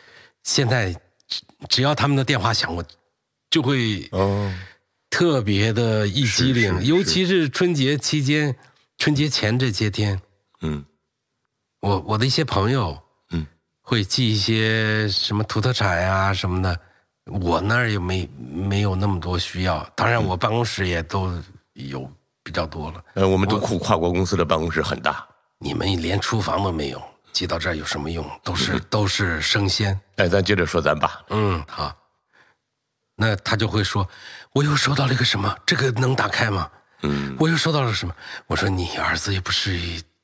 Speaker 4: 现在只只要他们的电话响，我就会
Speaker 3: 哦，
Speaker 4: 特别的一激灵，
Speaker 3: 是是
Speaker 4: 尤其是春节期间、春节前这些天，
Speaker 3: 嗯
Speaker 4: 我我的一些朋友
Speaker 3: 嗯
Speaker 4: 会寄一些什么土特产呀、什么的，我那儿也没没有那么多需要，当然我办公室也都有比较多了。
Speaker 3: 呃，我们独库跨国公司的办公室很大，
Speaker 4: 你们连厨房都没有，寄到这儿有 什么用？都是都是生鲜。
Speaker 3: 哎，咱接着说咱爸，
Speaker 4: 嗯，好。那他就会说，我又收到了一个什么，这个能打开吗？
Speaker 3: 嗯，
Speaker 4: 我又收到了什么？我说你儿子又不是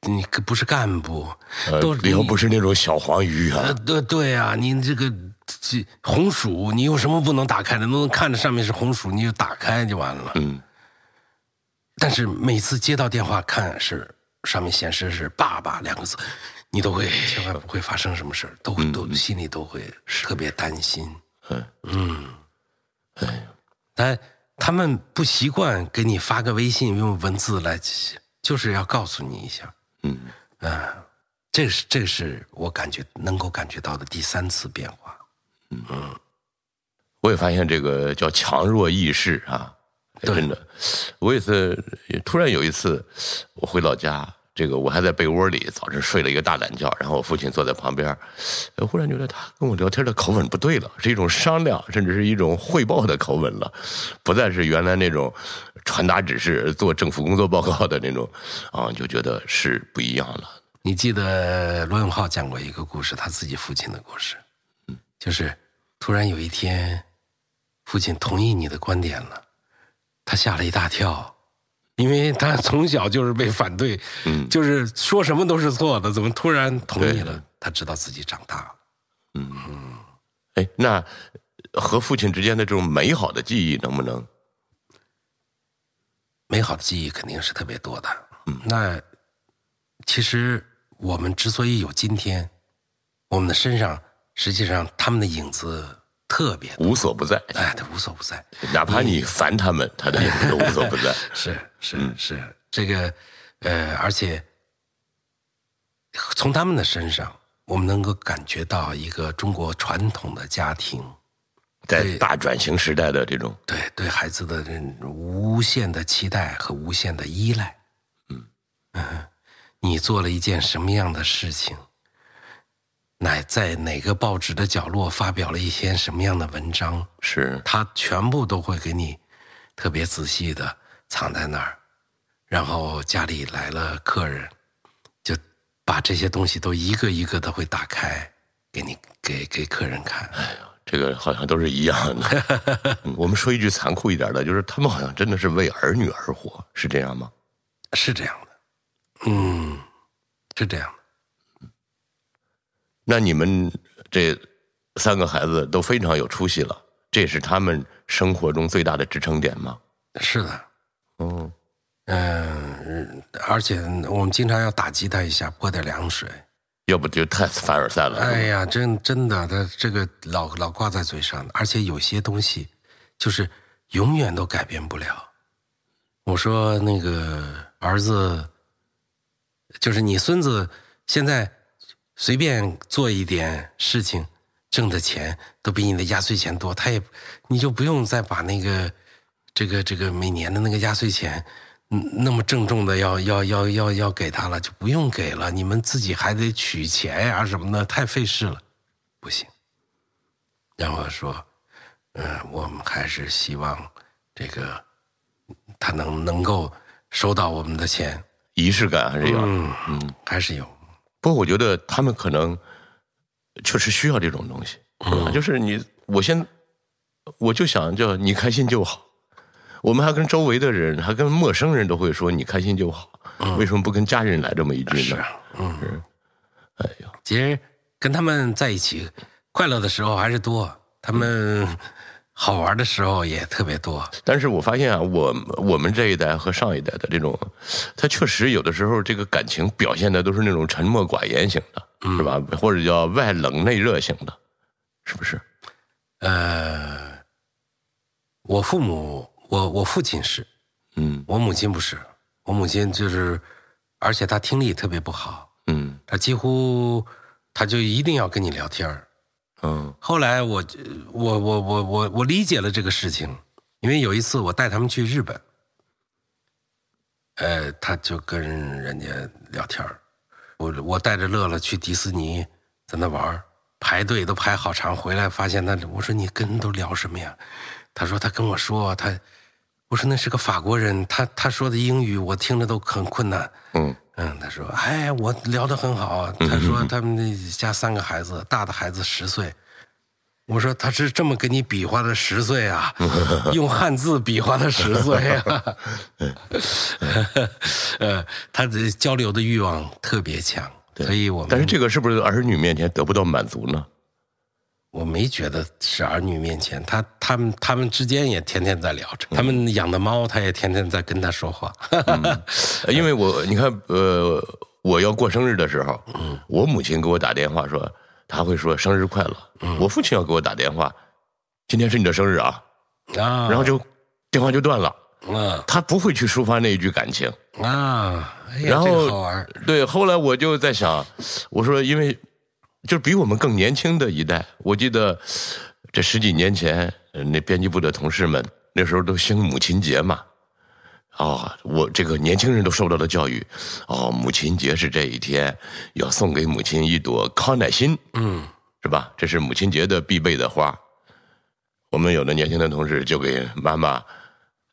Speaker 4: 你不是干部，
Speaker 3: 呃
Speaker 4: 都，
Speaker 3: 你又不是那种小黄鱼
Speaker 4: 呃
Speaker 3: 啊，
Speaker 4: 对对呀、你这个这红薯，你有什么不能打开的？能看着上面是红薯，你就打开就完了。
Speaker 3: 嗯，
Speaker 4: 但是每次接到电话看是上面显示是“爸爸”两个字，你都会千万不会嗯发生什么事儿，都会都心里都会特别担心。
Speaker 3: 嗯
Speaker 4: 哎但他们不习惯给你发个微信用文字来，就是要告诉你一下。
Speaker 3: 嗯，
Speaker 4: 啊，这是这是我感觉能够感觉到的第三次变化。
Speaker 3: 我也发现这个叫强弱易逝啊，
Speaker 4: 对
Speaker 3: 真的。我有一次突然有一次，我回老家，这个我还在被窝里，早晨睡了一个大懒觉，然后我父亲坐在旁边，呃忽然觉得他跟我聊天的口吻不对了，是一种商量，甚至是一种汇报的口吻了，不再是原来那种传达指示、做政府工作报告的那种啊，就觉得是不一样了。
Speaker 4: 你记得罗永浩讲过一个故事，他自己父亲的故事，
Speaker 3: 嗯
Speaker 4: 就是突然有一天，父亲同意你的观点了，他吓了一大跳，因为他从小就是被反对，
Speaker 3: 嗯
Speaker 4: 就是说什么都是错的，怎么突然同意
Speaker 3: 对
Speaker 4: 了？他知道自己长大了。
Speaker 3: 哎，那和父亲之间的这种美好的记忆能不能？
Speaker 4: 美好的记忆肯定是特别多的。嗯，那其实我们之所以有今天，我们的身上实际上他们的影子特别多，
Speaker 3: 无所不在，
Speaker 4: 哎，它无所不在。
Speaker 3: 哪怕你烦他们，他的影子都无所不 在。
Speaker 4: 是是是，这个呃，而且从他们的身上，我们能够感觉到一个中国传统的家庭
Speaker 3: 在大转型时代的这种，
Speaker 4: 对对孩子的这种无限的期待和无限的依赖。嗯你做了一件什么样的事情？乃在哪个报纸的角落发表了一篇什么样的文章？
Speaker 3: 是
Speaker 4: 他全部都会给你特别仔细的藏在那儿，然后家里来了客人，就把这些东西都一个一个的会打开，给你给给客人看。
Speaker 3: 这个好像都是一样的。嗯我们说一句残酷一点的，就是他们好像真的是为儿女而活，是这样吗？
Speaker 4: 是这样的，嗯，是这样的。
Speaker 3: 那你们这三个孩子都非常有出息了，这也是他们生活中最大的支撑点吗？
Speaker 4: 是的，
Speaker 3: 嗯
Speaker 4: 嗯，而且我们经常要打击他一下，泼点凉水。
Speaker 3: 要不就太凡尔赛了。
Speaker 4: 哎呀，真真的，他这个老老挂在嘴上的，而且有些东西就是永远都改变不了。我说那个儿子，就是你孙子现在随便做一点事情，挣的钱都比你的压岁钱多，他也你就不用再把那个这个这个每年的那个压岁钱，嗯，那么郑重的要要要要要给他了，就不用给了，你们自己还得取钱呀、什么的，太费事了，不行。然后说，嗯、我们还是希望这个他能能够收到我们的钱，
Speaker 3: 仪式感还是有。
Speaker 4: 嗯嗯，还是有，
Speaker 3: 不过我觉得他们可能确实需要这种东西，
Speaker 4: 嗯
Speaker 3: 啊就是你，我先我就想叫你开心就好。我们还跟周围的人，还跟陌生人都会说你开心就好，为什么不跟家人来这么一句
Speaker 4: 嗯是
Speaker 3: 呢？
Speaker 4: 啊，嗯。
Speaker 3: 哎呀，
Speaker 4: 其实跟他们在一起，快乐的时候还是多，他们好玩的时候也特别多。
Speaker 3: 但是我发现啊，我我们这一代和上一代的这种，他确实有的时候这个感情表现的都是那种沉默寡言型的，
Speaker 4: 嗯
Speaker 3: 是吧？或者叫外冷内热型的，是不是？
Speaker 4: 呃，我父母，我我父亲是，
Speaker 3: 嗯
Speaker 4: 我母亲不是，我母亲就是，而且她听力特别不好，
Speaker 3: 嗯
Speaker 4: 她几乎她就一定要跟你聊天儿。
Speaker 3: 嗯
Speaker 4: 后来我我我我我我理解了这个事情，因为有一次我带他们去日本，呃，他就跟人家聊天儿我我带着乐乐去迪士尼，在那玩儿排队都排好长，回来发现他，我说你跟人都聊什么呀？他说他跟我说他，我说那是个法国人，他他说的英语我听着都很困难，
Speaker 3: 嗯
Speaker 4: 嗯，他说：“哎，我聊得很好。”他说他们那家三个孩子，大的孩子十岁，我说他是这么给你比划了十岁 啊，用汉字比划了十岁啊，呃，他的交流的欲望特别强，所以我们
Speaker 3: 但是这个是不是儿女面前得不到满足呢？
Speaker 4: 我没觉得是儿女面前，他他们他们之间也天天在聊着，他
Speaker 3: 嗯
Speaker 4: 们养的猫，他也天天在跟他说话，
Speaker 3: 呃因为我你看，呃，我要过生日的时候，我母亲给我打电话说，她会说生日快乐。我父亲要给我打电话，今天是你的生日啊，
Speaker 4: 啊，
Speaker 3: 然后就电话就断了。
Speaker 4: 啊
Speaker 3: 他不会去抒发那一句感情。
Speaker 4: 啊，哎呀
Speaker 3: 然后
Speaker 4: 这个好玩儿，
Speaker 3: 对，后来我就在想，我说因为就比我们更年轻的一代，我记得这十几年前，呃那编辑部的同事们那时候都兴母亲节嘛。哦，我这个年轻人都受到的教育，哦，母亲节是这一天，要送给母亲一朵康乃馨，
Speaker 4: 嗯，
Speaker 3: 是吧？这是母亲节的必备的花。我们有的年轻的同事就给妈妈，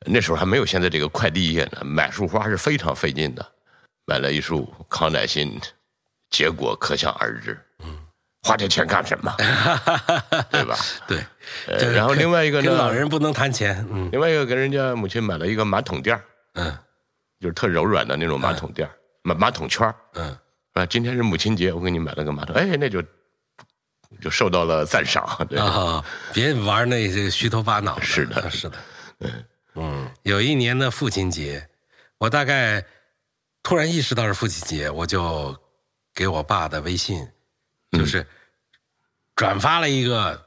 Speaker 3: 那时候还没有现在这个快递业呢，买束花是非常费劲的，买了一束康乃馨，结果可想而知。嗯，花这钱干什么？ 对吧？
Speaker 4: 对，
Speaker 3: 呃
Speaker 4: 这个
Speaker 3: 然后
Speaker 4: 跟
Speaker 3: 另外一个呢
Speaker 4: 跟老人不能谈钱，嗯
Speaker 3: 另外一个给人家母亲买了一个马桶垫儿
Speaker 4: 嗯
Speaker 3: 就是特柔软的那种马桶垫儿马马桶圈儿
Speaker 4: 嗯，
Speaker 3: 啊，今天是母亲节，我给你买了个马桶，哎，那就就受到了赞赏，对，
Speaker 4: 啊，别玩那些虚头巴脑的。
Speaker 3: 是的
Speaker 4: 啊是的。嗯，有一年的父亲节，我大概突然意识到是父亲节，我就给我爸的微信，就是
Speaker 3: 嗯
Speaker 4: 转发了一个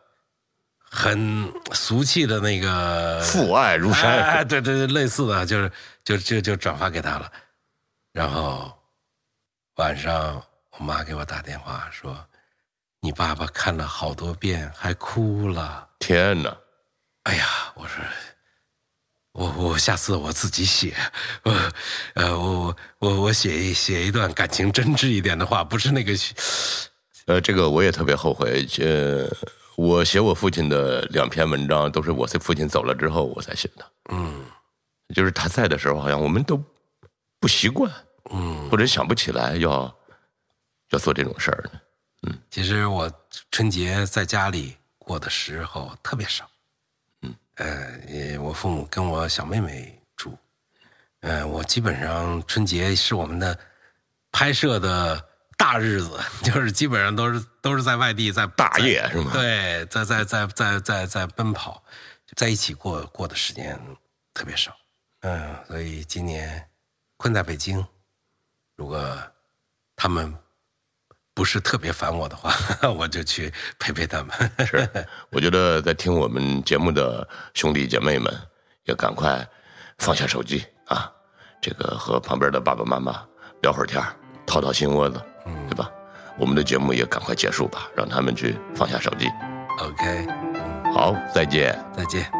Speaker 4: 很俗气的那 个
Speaker 3: 父爱如山，
Speaker 4: 哎，对对对，类似的，就是就就就转发给他了。然后晚上我妈给我打电话说，你爸爸看了好多遍，还哭了。
Speaker 3: 天哪！
Speaker 4: 哎呀，我说，我我下次我自己写，我呃我我我写一写一段感情真挚一点的话，不是那个
Speaker 3: 呃，这个我也特别后悔。呃，我写我父亲的两篇文章，都是我父亲走了之后我才写的。
Speaker 4: 嗯
Speaker 3: 就是他在的时候，好像我们都不习惯，
Speaker 4: 嗯。
Speaker 3: 或者想不起来要要做这种事儿 呢。
Speaker 4: 其实我春节在家里过的时候特别少，
Speaker 3: 嗯，
Speaker 4: 呃，也我父母跟我小妹妹住，呃，我基本上春节是我们的拍摄的大日子， 就是基本上都是都是在外地在
Speaker 3: 大业是吗
Speaker 4: 对，在在在在在在奔跑，在一起过过的时间特别少，嗯，所以今年困在北京，如果他们不是特别烦我的话， 我就去陪陪他们。
Speaker 3: 是，我觉得在听我们节目的兄弟姐妹们，也赶快放下手机啊，这个和旁边的爸爸妈妈聊会儿天儿，掏掏心窝子，
Speaker 4: 嗯
Speaker 3: 对吧？我们的节目也赶快结束吧，让他们去放下手机。
Speaker 4: OK，
Speaker 3: 好，再见。
Speaker 4: 再见。